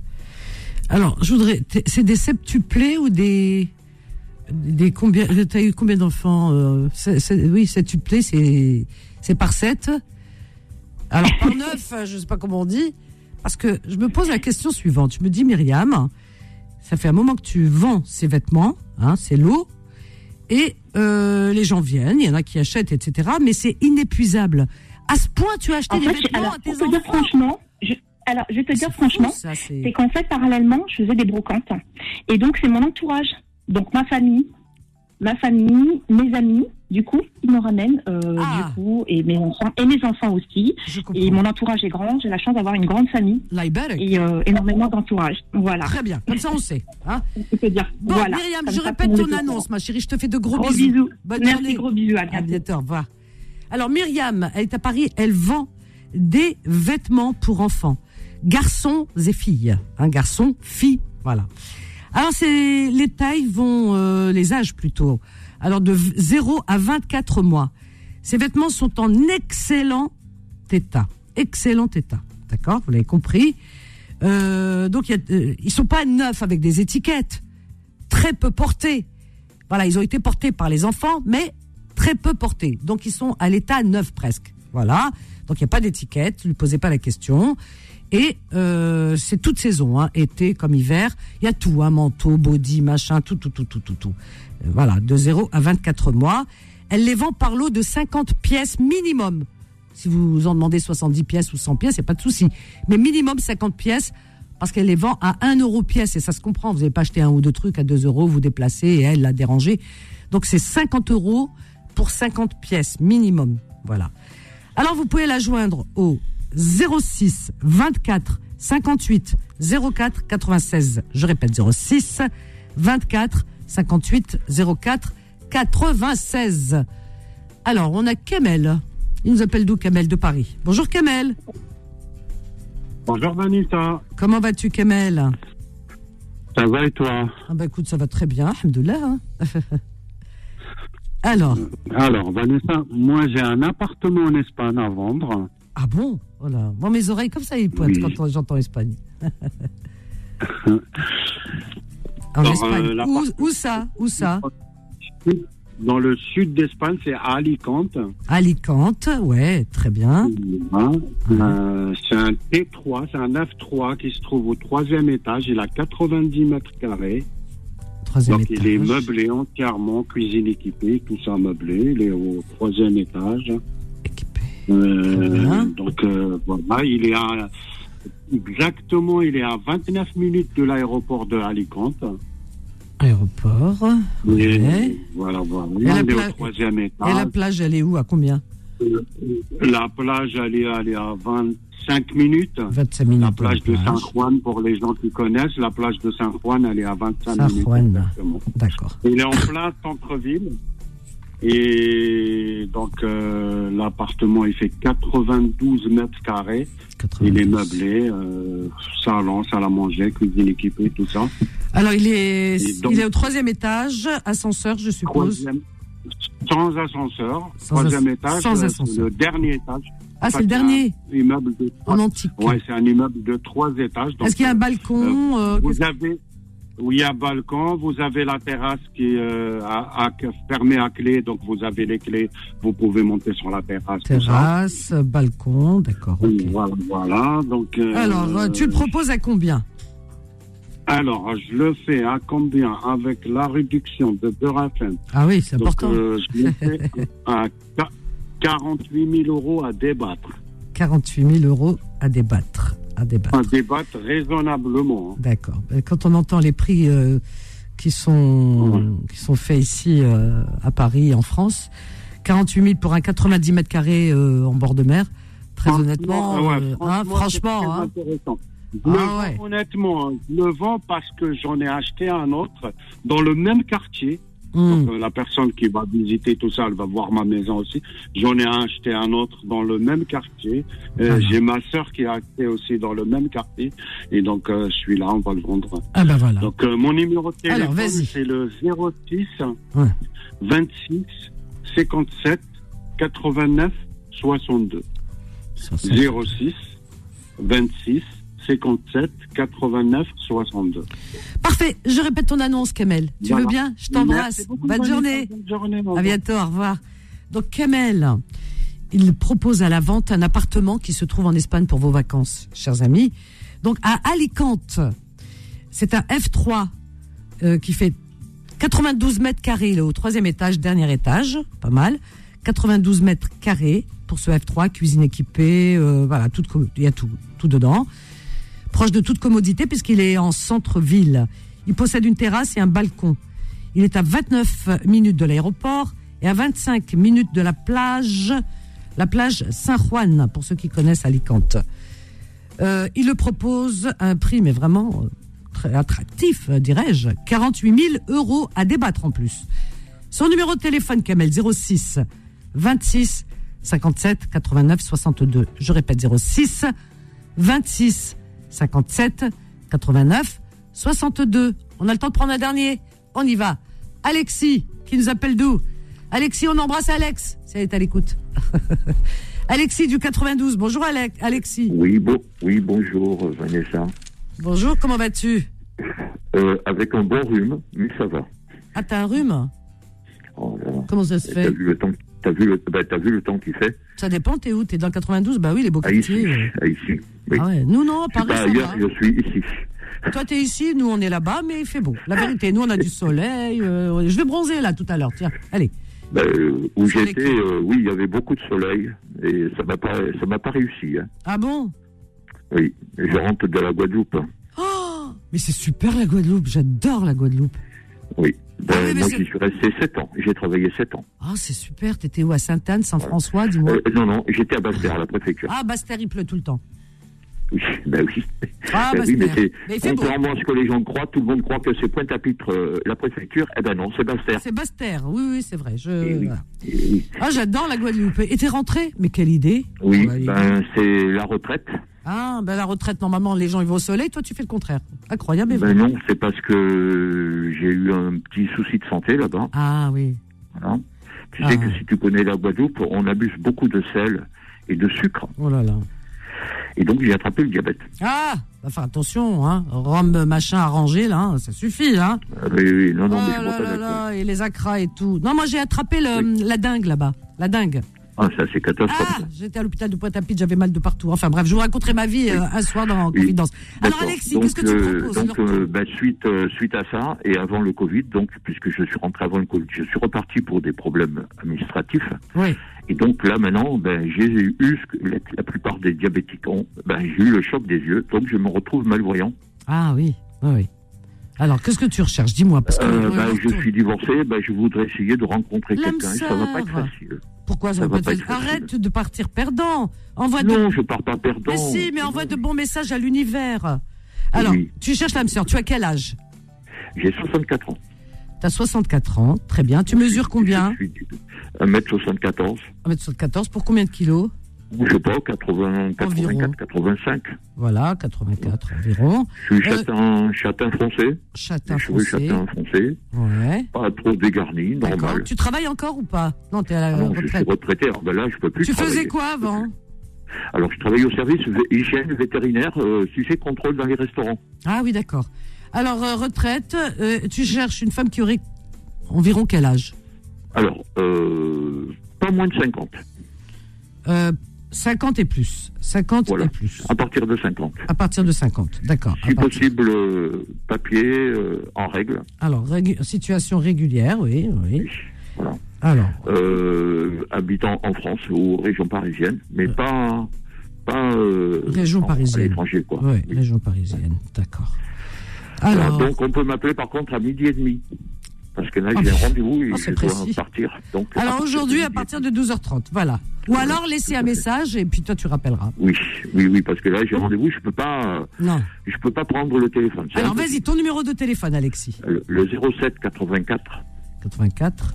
[SPEAKER 2] Alors, je voudrais. t'es- C'est des septuplés ou des. Des combien. T'as eu combien d'enfants euh, c'est- c'est- Oui, septuplés, c'est. C'est par 7. Alors, par 9, je sais pas comment on dit. Parce que je me pose la question suivante. Je me dis, Myriam, ça fait un moment que tu vends ces vêtements, hein, c'est l'eau. Et euh, les gens viennent, il y en a qui achètent, etc. Mais c'est inépuisable. À ce point, tu as acheté
[SPEAKER 9] En
[SPEAKER 2] des
[SPEAKER 9] fait,
[SPEAKER 2] vêtements
[SPEAKER 9] alors,
[SPEAKER 2] à
[SPEAKER 9] pour
[SPEAKER 2] tes
[SPEAKER 9] te dire
[SPEAKER 2] enfants
[SPEAKER 9] franchement, je, alors, je vais te dire franchement,
[SPEAKER 2] ça, c'est-
[SPEAKER 9] c'est qu'en fait, parallèlement, je faisais des brocantes. Et donc, c'est mon entourage. Donc, ma famille, ma famille, mes amis, du coup, ils me ramènent, euh,
[SPEAKER 2] Ah.
[SPEAKER 9] du coup, et mes enfants, et mes enfants aussi.
[SPEAKER 2] Je
[SPEAKER 9] Et
[SPEAKER 2] comprends.
[SPEAKER 9] mon entourage est grand, j'ai la chance d'avoir une grande famille
[SPEAKER 2] Library.
[SPEAKER 9] et euh, énormément d'entourage. Voilà,
[SPEAKER 2] Très bien, comme ça on sait. hein.
[SPEAKER 9] je peux dire.
[SPEAKER 2] Bon,
[SPEAKER 9] voilà.
[SPEAKER 2] Myriam, je
[SPEAKER 9] Comme ça, tout
[SPEAKER 2] répète
[SPEAKER 9] le
[SPEAKER 2] ton
[SPEAKER 9] monde est au courant.
[SPEAKER 2] annonce, ma chérie. Je te fais de gros,
[SPEAKER 9] Gros
[SPEAKER 2] bisous.
[SPEAKER 9] bisous.
[SPEAKER 2] Bonne
[SPEAKER 9] Merci,
[SPEAKER 2] journée.
[SPEAKER 9] gros bisous. À
[SPEAKER 2] À
[SPEAKER 9] bientôt.
[SPEAKER 2] bientôt, au revoir. Alors, Myriam, elle est à Paris, elle vend des vêtements pour enfants, garçons et filles. Un garçon, fille, voilà. Alors, c'est, les tailles vont, euh, les âges plutôt. Alors, de v- 0 à 24 mois. Ces vêtements sont en excellent état. Excellent état. D'accord Vous l'avez compris. Euh, donc, il y a, euh, ils sont pas neufs avec des étiquettes. Très peu portés. Voilà, ils ont été portés par les enfants, mais très peu portés. Donc ils sont à l'état neuf presque. Voilà. Donc il n'y a pas d'étiquette, ne lui posez pas la question. Et euh, c'est toute saison, hein, été comme hiver. Il y a tout, hein, manteau, body, machin, tout, tout, tout, tout, tout, tout. Euh, voilà, de 0 à 24 mois. Elle les vend par lot de 50 pièces minimum. Si vous en demandez 70 pièces ou 100 pièces, il n'y a pas de souci. Mais minimum 50 pièces, parce qu'elle les vend à 1 euro pièce, et ça se comprend. Vous n'avez pas acheté un ou deux trucs à 2 euros, vous déplacez, et elle l'a dérangé. Donc c'est 50 euros pour 50 pièces minimum. Voilà. Alors vous pouvez la joindre au 06 24 58 04 96. Je répète 06 24 58 04 96. Alors on a Kamel. Il nous appelle d'où Kamel de Paris. Bonjour Kamel.
[SPEAKER 8] Bonjour Vanessa.
[SPEAKER 2] Comment vas-tu Kamel
[SPEAKER 8] Ça va et toi
[SPEAKER 2] Ah bah écoute, ça va très bien, alhamdoulilah. hein. Alors,
[SPEAKER 8] Alors Vanessa, moi j'ai un appartement en Espagne à vendre.
[SPEAKER 2] ah bon voilà. Moi mes oreilles comme ça ils pointent
[SPEAKER 8] Oui.
[SPEAKER 2] quand j'entends Espagne. En
[SPEAKER 8] Alors,
[SPEAKER 2] Espagne.
[SPEAKER 8] euh, la
[SPEAKER 2] où,
[SPEAKER 8] part-
[SPEAKER 2] où ça Où ça
[SPEAKER 8] Dans le sud d'Espagne, c'est à Alicante.
[SPEAKER 2] Alicante, ouais, très bien.
[SPEAKER 8] Hein.
[SPEAKER 2] Mhm.
[SPEAKER 8] Euh, c'est un T3, c'est un F3 qui se trouve au troisième étage. Il a 90 mètres carrés.
[SPEAKER 2] Troisième
[SPEAKER 8] Donc
[SPEAKER 2] étage.
[SPEAKER 8] il est meublé entièrement, cuisine équipée, tout ça meublé. Il est au troisième étage.
[SPEAKER 2] Équipé.
[SPEAKER 8] Euh,
[SPEAKER 2] bien.
[SPEAKER 8] donc euh, voilà, il est à exactement, il est à 29 minutes de l'aéroport de Alicante.
[SPEAKER 2] Aéroport.
[SPEAKER 8] Et,
[SPEAKER 2] Ouais.
[SPEAKER 8] Voilà, voilà.
[SPEAKER 2] Et la
[SPEAKER 8] il est
[SPEAKER 2] pla-
[SPEAKER 8] au troisième
[SPEAKER 2] Et
[SPEAKER 8] étage.
[SPEAKER 2] la plage, elle est où À combien
[SPEAKER 8] La plage, elle est, elle est à 25 minutes.
[SPEAKER 2] 25 minutes.
[SPEAKER 8] La plage de San
[SPEAKER 2] plage.
[SPEAKER 8] Juan, pour les gens qui connaissent, la plage de San Juan, elle est à 25
[SPEAKER 2] San
[SPEAKER 8] minutes.
[SPEAKER 2] Juan.
[SPEAKER 8] exactement.
[SPEAKER 2] D'accord.
[SPEAKER 8] Il est en plein centre-ville. Et donc, euh, l'appartement, il fait 92 mètres carrés. Il est
[SPEAKER 2] 92.
[SPEAKER 8] meublé, euh, salon, salle à manger, cuisine équipée, tout ça.
[SPEAKER 2] Alors, il est,
[SPEAKER 8] Et donc-
[SPEAKER 2] il est au troisième étage, ascenseur, je suppose.
[SPEAKER 8] Troisième, sans ascenseur.
[SPEAKER 2] Sans
[SPEAKER 8] troisième
[SPEAKER 2] as-
[SPEAKER 8] étage.
[SPEAKER 2] sans
[SPEAKER 8] euh,
[SPEAKER 2] ascenseur.
[SPEAKER 8] Le dernier étage.
[SPEAKER 2] Ah, c'est le
[SPEAKER 8] Enfin,
[SPEAKER 2] dernier,
[SPEAKER 8] un Immeuble de
[SPEAKER 2] en antique.
[SPEAKER 8] Ouais, c'est un immeuble de trois étages. donc,
[SPEAKER 2] Est-ce qu'il y a un
[SPEAKER 8] euh,
[SPEAKER 2] balcon euh, qu'est-ce-
[SPEAKER 8] Vous avez, oui, un balcon, vous avez la terrasse qui est euh, à- à- fermée à clé, donc vous avez les clés, vous pouvez monter sur la terrasse. tout ça.
[SPEAKER 2] Terrasse, balcon, d'accord. ok.
[SPEAKER 8] Oui, Voilà, voilà. Donc, euh,
[SPEAKER 2] Alors, euh, tu le proposes à combien
[SPEAKER 8] Alors, je le fais à combien Avec la réduction de Burafin.
[SPEAKER 2] Ah oui, c'est
[SPEAKER 8] Donc,
[SPEAKER 2] important.
[SPEAKER 8] euh, je le fais à qua- 48 000 euros à débattre.
[SPEAKER 2] 48 000 euros à débattre. À débattre.
[SPEAKER 8] À débattre raisonnablement. hein.
[SPEAKER 2] D'accord. Ben, Quand on entend les prix euh, qui sont qui sont faits ici euh, à Paris, en France, 48 000 pour un 90 mètres carrés euh, en bord de mer. Très honnêtement,
[SPEAKER 8] Ah ouais,
[SPEAKER 2] euh, hein,
[SPEAKER 8] c'est
[SPEAKER 2] franchement,
[SPEAKER 8] très
[SPEAKER 2] hein.
[SPEAKER 8] intéressant. Je
[SPEAKER 2] Ah
[SPEAKER 8] le vends,
[SPEAKER 2] ouais.
[SPEAKER 8] honnêtement, hein, je le vends parce que j'en ai acheté un autre dans le même quartier.
[SPEAKER 2] Hum,
[SPEAKER 8] Donc, euh, la personne qui va visiter tout ça, elle va voir ma maison aussi. J'en ai acheté un autre dans le même quartier. Euh,
[SPEAKER 2] Ah.
[SPEAKER 8] J'ai ma sœur qui a acheté aussi dans le même quartier. Et donc, euh, celui-là, on va le vendre.
[SPEAKER 2] Ah ben voilà.
[SPEAKER 8] Donc, euh, mon numéro de
[SPEAKER 2] Alors,
[SPEAKER 8] téléphone,
[SPEAKER 2] vas-y.
[SPEAKER 8] c'est le 06
[SPEAKER 2] Ouais.
[SPEAKER 8] 26 57 89 62. 06 26 57 89 62.
[SPEAKER 2] Parfait. Je répète ton annonce, Kamel. Tu
[SPEAKER 8] Voilà.
[SPEAKER 2] veux bien Je t'embrasse.
[SPEAKER 8] Merci beaucoup,
[SPEAKER 2] Bonne journée.
[SPEAKER 8] Bonne journée. au
[SPEAKER 2] À
[SPEAKER 8] revoir.
[SPEAKER 2] bientôt, au revoir. Donc Kamel, il propose à la vente un appartement qui se trouve en Espagne pour vos vacances, chers amis. Donc à Alicante, c'est un F3 euh, qui fait 92 mètres carrés, il est au troisième étage, dernier étage, pas mal. 92 mètres carrés pour ce F3, cuisine équipée, euh, voilà, tout, co- il y a tout, tout dedans. proche de toute commodité puisqu'il est en centre-ville. Il possède une terrasse et un balcon. Il est à 29 minutes de l'aéroport et à 25 minutes de la plage, la plage Saint-Juan, pour ceux qui connaissent Alicante. Euh, il le propose à un prix, mais vraiment euh, très attractif, euh, dirais-je, 48 000 euros à débattre en plus. Son numéro de téléphone, Kamel, 06 26 57 89 62. Je répète, 06 26 57 89 62. On a le temps de prendre un dernier. On y va. Alexis, qui nous appelle d'où Alexis, on embrasse Alex, si elle est à l'écoute. Alexis du 92. Bonjour Alec- Alexis.
[SPEAKER 10] Oui, bon, oui bonjour euh, Vanessa.
[SPEAKER 2] Bonjour, comment vas-tu
[SPEAKER 10] Euh, avec un bon rhume, mais ça va.
[SPEAKER 2] Ah, t'as un rhume
[SPEAKER 10] Oh là là.
[SPEAKER 2] Comment ça se
[SPEAKER 10] T'as
[SPEAKER 2] fait
[SPEAKER 10] vu le temps, t'as vu le, bah, t'as vu le temps qu'il fait
[SPEAKER 2] Ça dépend, t'es où T'es dans le 92 Bah oui, les beaux
[SPEAKER 10] à Ah, ici,
[SPEAKER 2] quartiers. euh.
[SPEAKER 10] à ici. Oui.
[SPEAKER 2] Ah ouais. Nous, non, à
[SPEAKER 10] Je suis
[SPEAKER 2] Paris,
[SPEAKER 10] pas
[SPEAKER 2] ça
[SPEAKER 10] ailleurs,
[SPEAKER 2] va.
[SPEAKER 10] je suis ici.
[SPEAKER 2] Toi, t'es ici, nous, on est là-bas, mais il fait beau. La vérité, nous, on a du soleil. euh, je vais bronzer, là, tout à l'heure. Tiens, allez.
[SPEAKER 10] Bah, euh, où
[SPEAKER 2] Sur les
[SPEAKER 10] j'étais, euh, oui, il y avait beaucoup de soleil et ça m'a pas, ça m'a pas réussi. hein.
[SPEAKER 2] Ah bon
[SPEAKER 10] Oui, je rentre de la Guadeloupe. hein.
[SPEAKER 2] Oh Mais c'est super, la Guadeloupe. J'adore la Guadeloupe.
[SPEAKER 10] Oui. Ben,
[SPEAKER 2] oui, mais
[SPEAKER 10] moi,
[SPEAKER 2] c'est-
[SPEAKER 10] j'y suis resté 7 ans. J'ai travaillé 7 ans.
[SPEAKER 2] Ah, c'est super. T'étais où À Sainte-Anne, Saint-François, dis-moi
[SPEAKER 10] Euh, non, non, j'étais à Bastère, à la préfecture.
[SPEAKER 2] Ah, Bastère, il pleut tout le temps.
[SPEAKER 10] Oui, ben oui.
[SPEAKER 2] Ah,
[SPEAKER 10] Ben oui, mais
[SPEAKER 2] Bastère.
[SPEAKER 10] c'est
[SPEAKER 2] Mais il fait beau.
[SPEAKER 10] contrairement à ce que les gens croient, tout le monde croit que c'est Pointe-à-Pitre, euh, la préfecture. Eh ben non, c'est Bastère.
[SPEAKER 2] C'est Bastère. Oui, oui, Ah, c'est vrai. Je...
[SPEAKER 10] Eh oui.
[SPEAKER 2] voilà.
[SPEAKER 10] Eh oui.
[SPEAKER 2] Ah, j'adore la Guadeloupe. Et t'es rentré Mais quelle idée
[SPEAKER 10] Oui,
[SPEAKER 2] Ah, bah,
[SPEAKER 10] ben c'est la retraite.
[SPEAKER 2] Ah, ben la retraite, normalement, les gens ils vont au soleil, toi tu fais le contraire. Incroyable, mais vrai.
[SPEAKER 10] Ben non, c'est parce que j'ai eu un petit souci de santé là-bas.
[SPEAKER 2] Ah oui.
[SPEAKER 10] voilà. Tu
[SPEAKER 2] Ah.
[SPEAKER 10] sais que si tu connais la Guadeloupe, on abuse beaucoup de sel et de sucre.
[SPEAKER 2] Oh là là.
[SPEAKER 10] Et donc j'ai attrapé le diabète.
[SPEAKER 2] Ah Enfin, attention, hein. Rhum machin arrangé, là, hein, ça suffit, hein.
[SPEAKER 10] Ah, oui, oui, non,
[SPEAKER 2] Oh
[SPEAKER 10] non, mais je
[SPEAKER 2] là
[SPEAKER 10] bois pas
[SPEAKER 2] là
[SPEAKER 10] d'alcool.
[SPEAKER 2] là, et les acras et tout. Non, moi j'ai attrapé le, la dingue là-bas. La dingue.
[SPEAKER 10] Ah, ça c'est catastrophe.
[SPEAKER 2] Ah J'étais à l'hôpital de Pointe-à-Pitre, j'avais mal de partout. Enfin bref, je vous raconterai ma vie euh, un soir dans
[SPEAKER 10] Oui.
[SPEAKER 2] Confidence. Alors
[SPEAKER 10] D'accord.
[SPEAKER 2] Alexis,
[SPEAKER 10] Donc,
[SPEAKER 2] qu'est-ce que tu
[SPEAKER 10] euh,
[SPEAKER 2] proposes
[SPEAKER 10] Donc,
[SPEAKER 2] alors
[SPEAKER 10] euh, bah, suite, euh, suite à ça, et avant le Covid, donc, puisque je suis rentré avant le Covid, je suis reparti pour des problèmes administratifs.
[SPEAKER 2] Oui.
[SPEAKER 10] Et donc là, maintenant, ben, j'ai eu ce que la, la plupart des diabétiques ont. Ben, j'ai eu le choc des yeux, donc je me retrouve malvoyant.
[SPEAKER 2] Ah oui, ah oui. Alors, qu'est-ce que tu recherches Dis-moi, parce que
[SPEAKER 10] Euh,
[SPEAKER 2] on va y
[SPEAKER 10] ben, je
[SPEAKER 2] retourner.
[SPEAKER 10] suis divorcé, ben, je voudrais essayer de rencontrer
[SPEAKER 2] L'âme
[SPEAKER 10] quelqu'un, et ça va pas être
[SPEAKER 2] sœur.
[SPEAKER 10] facile.
[SPEAKER 2] Pourquoi ça
[SPEAKER 10] ça
[SPEAKER 2] va
[SPEAKER 10] va
[SPEAKER 2] pas
[SPEAKER 10] pas
[SPEAKER 2] te-
[SPEAKER 10] être possible.
[SPEAKER 2] Arrête de partir perdant. Envoie de
[SPEAKER 10] Non, je pars pas perdant.
[SPEAKER 2] Mais si, mais envoie de bons messages à l'univers. Alors,
[SPEAKER 10] Oui.
[SPEAKER 2] tu cherches l'âme sœur. Tu as quel âge
[SPEAKER 10] J'ai 64 ans.
[SPEAKER 2] Tu as 64 ans. Très bien. Tu mesures combien
[SPEAKER 10] Je suis 1m74.
[SPEAKER 2] 1m74 pour combien de kilos
[SPEAKER 10] Je sais pas, 80,
[SPEAKER 2] Environ.
[SPEAKER 10] 84, 85.
[SPEAKER 2] Voilà, 84 environ.
[SPEAKER 10] Je suis
[SPEAKER 2] Euh,
[SPEAKER 10] châtain, châtain français.
[SPEAKER 2] Châtain
[SPEAKER 10] Je suis
[SPEAKER 2] foncé.
[SPEAKER 10] châtain français.
[SPEAKER 2] Ouais.
[SPEAKER 10] Pas trop dégarni,
[SPEAKER 2] D'accord.
[SPEAKER 10] normal.
[SPEAKER 2] Tu travailles encore ou pas Non, tu es à la
[SPEAKER 10] Ah non, je suis
[SPEAKER 2] retraite.
[SPEAKER 10] retraité, alors ben là, je peux plus
[SPEAKER 2] Tu faisais
[SPEAKER 10] travailler.
[SPEAKER 2] quoi avant
[SPEAKER 10] Alors, je travaille au service vé- hygiène vétérinaire, euh, sujet contrôle dans les restaurants.
[SPEAKER 2] Ah oui, d'accord. Alors, euh, retraite, euh, tu cherches une femme qui aurait environ quel âge
[SPEAKER 10] Alors, euh, pas moins de 50,
[SPEAKER 2] Euh, 50 et plus. 50
[SPEAKER 10] Voilà.
[SPEAKER 2] et plus.
[SPEAKER 10] à partir de 50.
[SPEAKER 2] À partir de 50, d'accord. À
[SPEAKER 10] Si
[SPEAKER 2] partir-
[SPEAKER 10] possible, euh, papier euh, en règle.
[SPEAKER 2] Alors, régu- situation régulière, oui, oui.
[SPEAKER 10] Voilà.
[SPEAKER 2] Alors,
[SPEAKER 10] Euh, habitant en France ou région parisienne, mais pas, pas euh,
[SPEAKER 2] Région
[SPEAKER 10] en- à
[SPEAKER 2] parisienne.
[SPEAKER 10] l'étranger, quoi.
[SPEAKER 2] oui,
[SPEAKER 10] Oui.
[SPEAKER 2] région parisienne, d'accord.
[SPEAKER 10] Voilà,
[SPEAKER 2] Alors,
[SPEAKER 10] Euh, donc on peut m'appeler par contre à midi et demi. Parce que là,
[SPEAKER 2] Ah,
[SPEAKER 10] j'ai
[SPEAKER 2] pff,
[SPEAKER 10] un rendez-vous et
[SPEAKER 2] ah,
[SPEAKER 10] je
[SPEAKER 2] c'est
[SPEAKER 10] dois
[SPEAKER 2] précis.
[SPEAKER 10] partir. Donc,
[SPEAKER 2] alors aujourd'hui, à
[SPEAKER 10] midi
[SPEAKER 2] partir de 12h30, voilà. Ou alors, laissez un message et puis toi, tu rappelleras.
[SPEAKER 10] et demi. Oui, oui, oui, parce que là, j'ai rendez-vous, je peux pas, euh,
[SPEAKER 2] Non.
[SPEAKER 10] je peux pas prendre le téléphone. C'est
[SPEAKER 2] Alors,
[SPEAKER 10] impossible.
[SPEAKER 2] vas-y, ton numéro de téléphone, Alexis.
[SPEAKER 10] Le, le 07 84
[SPEAKER 2] 84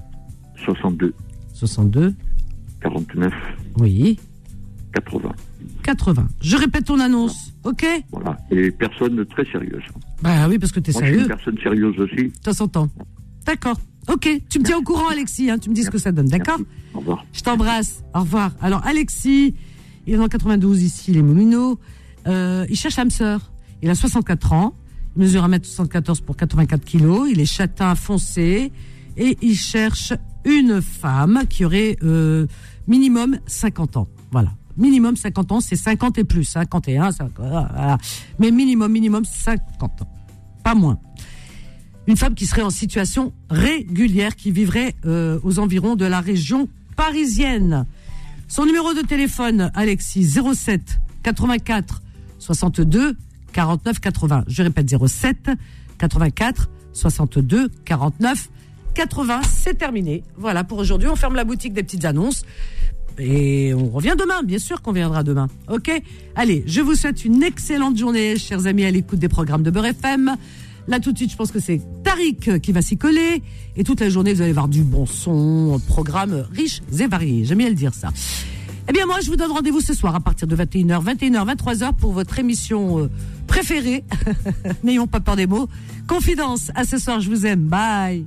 [SPEAKER 10] 62
[SPEAKER 2] 62,
[SPEAKER 10] 49
[SPEAKER 2] oui,
[SPEAKER 10] 80.
[SPEAKER 2] 80. Je répète ton annonce, ok
[SPEAKER 10] Voilà. Et personne très sérieuse.
[SPEAKER 2] Bah oui, parce que t'es
[SPEAKER 10] Moi, je suis une
[SPEAKER 2] sérieux,
[SPEAKER 10] personne sérieuse aussi.
[SPEAKER 2] t'as 100 ans. D'accord, ok. Tu me tiens au courant, Alexis, hein, tu me dis ce que ça donne, d'accord
[SPEAKER 10] Merci. Au revoir.
[SPEAKER 2] Je t'embrasse. Au revoir. Alors, Alexis, il est en 92 ici, les Moulineaux. Euh, il cherche l'âme sœur. Il a 64 ans. Il mesure 1m74 pour 84 kilos. Il est châtain foncé. Et il cherche une femme qui aurait euh, minimum 50 ans. Voilà. Minimum 50 ans, c'est 50 et plus. 51, 50, voilà. Mais minimum, minimum 50 ans. Pas moins une femme qui serait en situation régulière, qui vivrait euh, aux environs de la région parisienne. Son numéro de téléphone, Alexis, 07 84 62 49 80. Je répète 07 84 62 49 80. C'est terminé. Voilà pour aujourd'hui. On ferme la boutique des petites annonces. Et on revient demain, bien sûr qu'on viendra demain. Ok Allez, je vous souhaite une excellente journée, chers amis, à l'écoute des programmes de Beurre FM. Là, tout de suite, je pense que c'est Tariq qui va s'y coller. Et toute la journée, vous allez voir du bon son, un programme riche et varié. J'aime bien le dire, ça. Eh bien, moi, je vous donne rendez-vous ce soir à partir de 21h, 21h, 23h pour votre émission euh, préférée. N'ayons pas peur des mots. Confidence, à ce soir, je vous aime. Bye